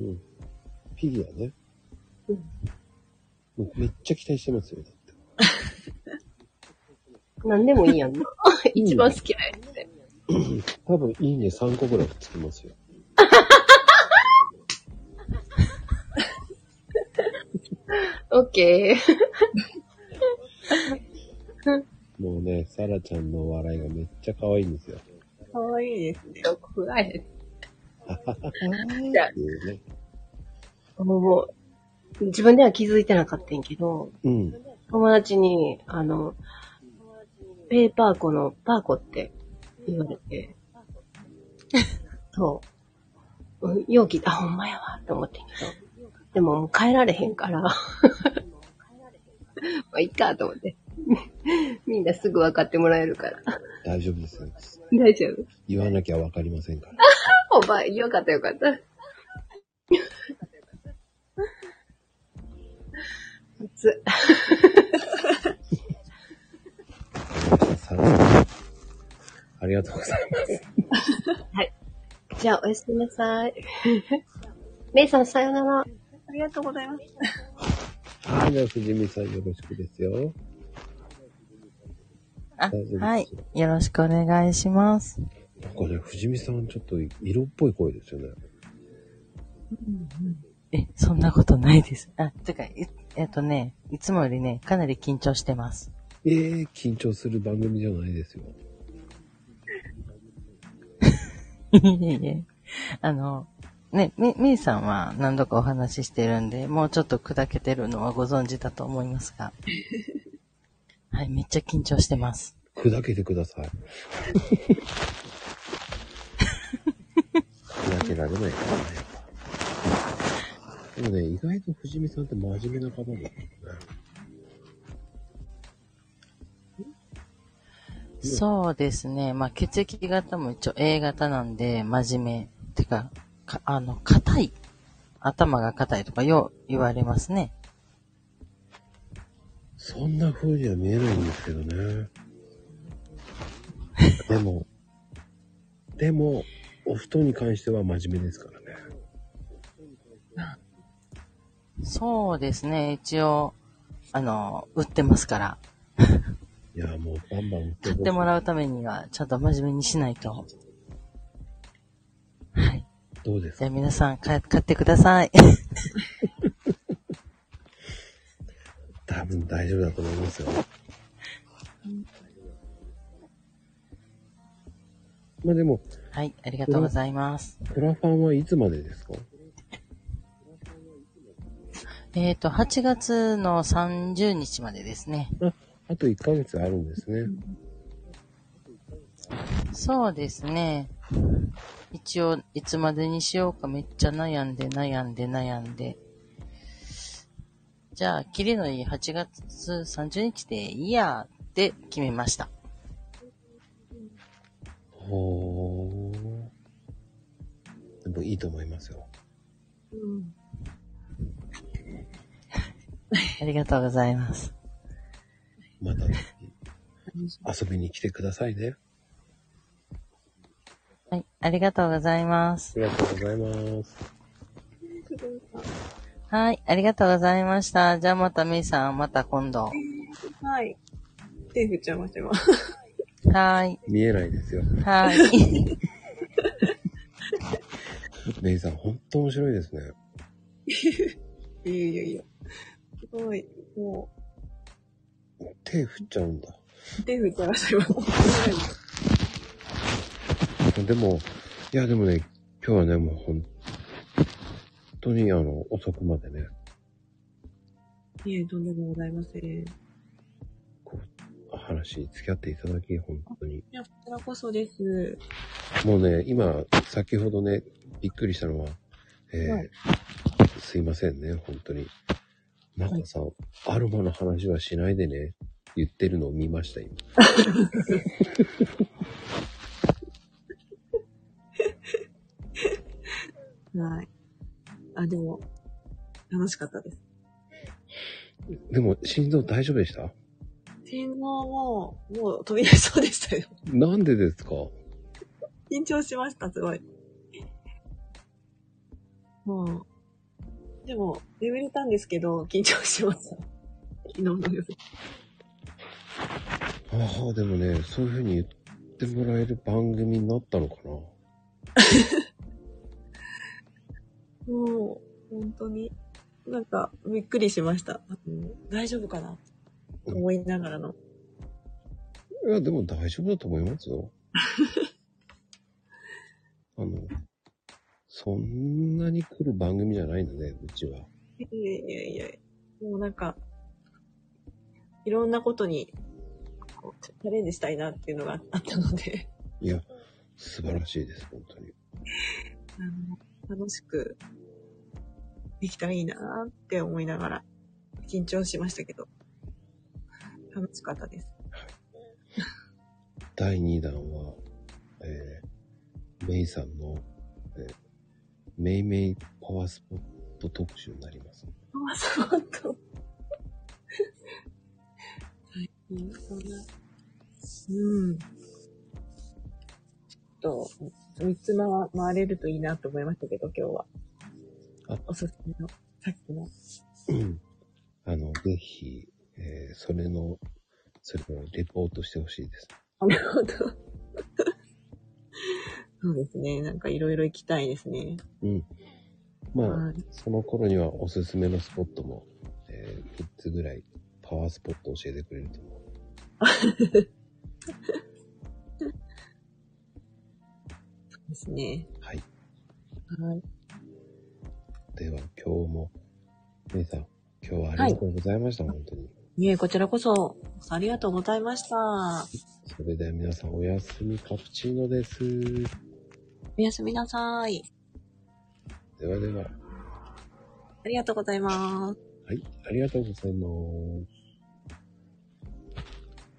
Speaker 1: うん。フィギュアね。
Speaker 4: うん
Speaker 1: もうめっちゃ期待してますよ、だって。
Speaker 4: なんでも いいやんな。一番好きなやつで。
Speaker 1: 多分いいね3個ぐらいつきますよ。
Speaker 4: オッケー。
Speaker 1: もうね、サラちゃんの笑いがめっちゃ可愛いんですよ。
Speaker 4: かわいいですね。怖 い。
Speaker 1: っていうね。
Speaker 4: あの、もう、自分では気づいてなかったんやけど、
Speaker 1: うん。
Speaker 4: 友達に、あの、ペーパーコのパーコって言われて、そう。うんよう聞いた、あ、ほんまやわ、って思ってんけど。でももう帰られへんから、 まあいいか、と思って。 みんなすぐ分かってもらえるから。
Speaker 1: 大丈夫ですよ。
Speaker 4: 大丈夫。
Speaker 1: 言わなきゃわかりませんから。
Speaker 4: おばよかったよかった。 熱
Speaker 1: サラちゃん。ありがとうございます。
Speaker 4: じゃあ、おやすみなさい。 メイさん、さよなら。
Speaker 2: ありがとうございます。
Speaker 1: はい、じゃあ藤見さんよろしくですよ。
Speaker 5: あ
Speaker 1: 大丈夫です、
Speaker 5: はい。よろしくお願いします。
Speaker 1: なんかね、藤見さんちょっと色っぽい声ですよね。
Speaker 5: え、そんなことないです。あ、てか、いえっとね、いつもよりね、かなり緊張してます。
Speaker 1: ええ緊張する番組じゃないですよ。
Speaker 5: いえいえ。あの、ね、み、みーさんは何度かお話ししてるんで、もうちょっと砕けてるのはご存知だと思いますが。はい、めっちゃ緊張してます。
Speaker 1: 砕けてください。砕けられないからね、やっぱ。でもね、意外と藤見さんって真面目な方なんだよね。
Speaker 5: そうですね。まあ、血液型も一応 A 型なんで、真面目。てか、かあの、硬い。頭が硬いとかよう言われますね。
Speaker 1: そんな風には見えないんですけど ね。でも、でも、お布団に関しては真面目ですからね。
Speaker 5: そうですね。一応、あの、売ってますから。
Speaker 1: いや、もうバンバン売って
Speaker 5: 買
Speaker 1: こ
Speaker 5: っ
Speaker 1: う
Speaker 5: てもらうためには、ちゃんと真面目にしないと。はい。
Speaker 1: どうです
Speaker 5: じゃ
Speaker 1: か
Speaker 5: あ皆さん、か買ってください。
Speaker 1: 多分大丈夫だと思いますよ。まあでも、
Speaker 5: はい、ありがとうございます。
Speaker 1: クラファンはいつまでですか
Speaker 5: えっ、と、8月の30日までですね。
Speaker 1: あと1ヶ月あるんですね。
Speaker 5: そうですね。一応、いつまでにしようかめっちゃ悩んで悩んで悩んで。じゃあ、キリのいい8月30日でいいやって決めました。
Speaker 1: ほー。でもいいと思いますよ。
Speaker 5: ありがとうございます。
Speaker 1: また、遊びに来てくださいね。
Speaker 5: はい、ありがとうございます。
Speaker 1: ありがとうございます。
Speaker 5: はい、ありがとうございました。じゃあまたメイさん、また今度。は
Speaker 2: はい。手振っちゃいました、今。
Speaker 5: ーい、
Speaker 1: 見えないですよ。
Speaker 5: はーい。
Speaker 1: メイさん、本当面白いですね。
Speaker 2: いやいやいや。すごい。も
Speaker 1: 手振っちゃうんだ。
Speaker 2: う、手振っちゃいました、今。
Speaker 1: でも、いやでもね、今日はね、もう本当にあの、遅くまでね、
Speaker 2: いえ、とんでもございません。い
Speaker 1: こう、話に付き合っていただき、本当に。
Speaker 2: や、こちらこそです。
Speaker 1: もうね、今、先ほどね、びっくりしたのは、えー
Speaker 2: はい
Speaker 1: すいませんね、本当に。マカさん、アロマの話はしないでね、言ってるのを見ました、今。
Speaker 2: はい。あ、でも、楽しかったです。
Speaker 1: でも、心臓大丈夫でした
Speaker 2: 心臓も、もう飛び出しそうでしたよ。
Speaker 1: なんでですか
Speaker 2: 緊張しました、すごい。もう、でも、眠れたんですけど、緊張しました。昨日の夜。
Speaker 1: ああ、でもね、そういうふうに言ってもらえる番組になったのかな
Speaker 2: もう、本当に、なんか、びっくりしました。うん大丈夫かなと思いながらの。
Speaker 1: いや、でも大丈夫だと思います よ。あの、そんなに来る番組じゃないので、うちは。
Speaker 2: いやいやいやいや、もうなんか、いろんなことに、こうチャレンジしたいなっていうのがあったので、
Speaker 1: いや、素晴らしいです、本当に。
Speaker 2: あの、楽しくできたらいいなって思いながら、緊張しましたけど、楽しかったです。
Speaker 1: 第2弾は、えー、メイさんの、えー、メイメイパワースポット特集になります。
Speaker 2: あ、そうと。最近、そんな。うん。ちょっと、三つ回回れるといいなと思いましたけど、今日は
Speaker 1: あ。
Speaker 2: おすすめの、さっ きの。
Speaker 1: うんあの、ぜひ、えー、それの、それをレポートしてほしいです。
Speaker 2: なるほど。そうですね。なんかいろいろ行きたいですね。
Speaker 1: うん。まあ、
Speaker 2: はい
Speaker 1: その頃にはおすすめのスポットも、えー、3つぐらいパワースポット教えてくれると思
Speaker 2: ですね。
Speaker 1: う。はい。
Speaker 2: はい。
Speaker 1: では、今日も、メイさん、今日はありがとうございました、本当に。
Speaker 2: いえ、こちらこそ、ありがとうございました。
Speaker 1: それでは皆さん、おやすみカプチーノです。
Speaker 2: おやすみなさい。
Speaker 1: ではでは、
Speaker 2: ありがとうございます。
Speaker 1: はい、ありがとうございます。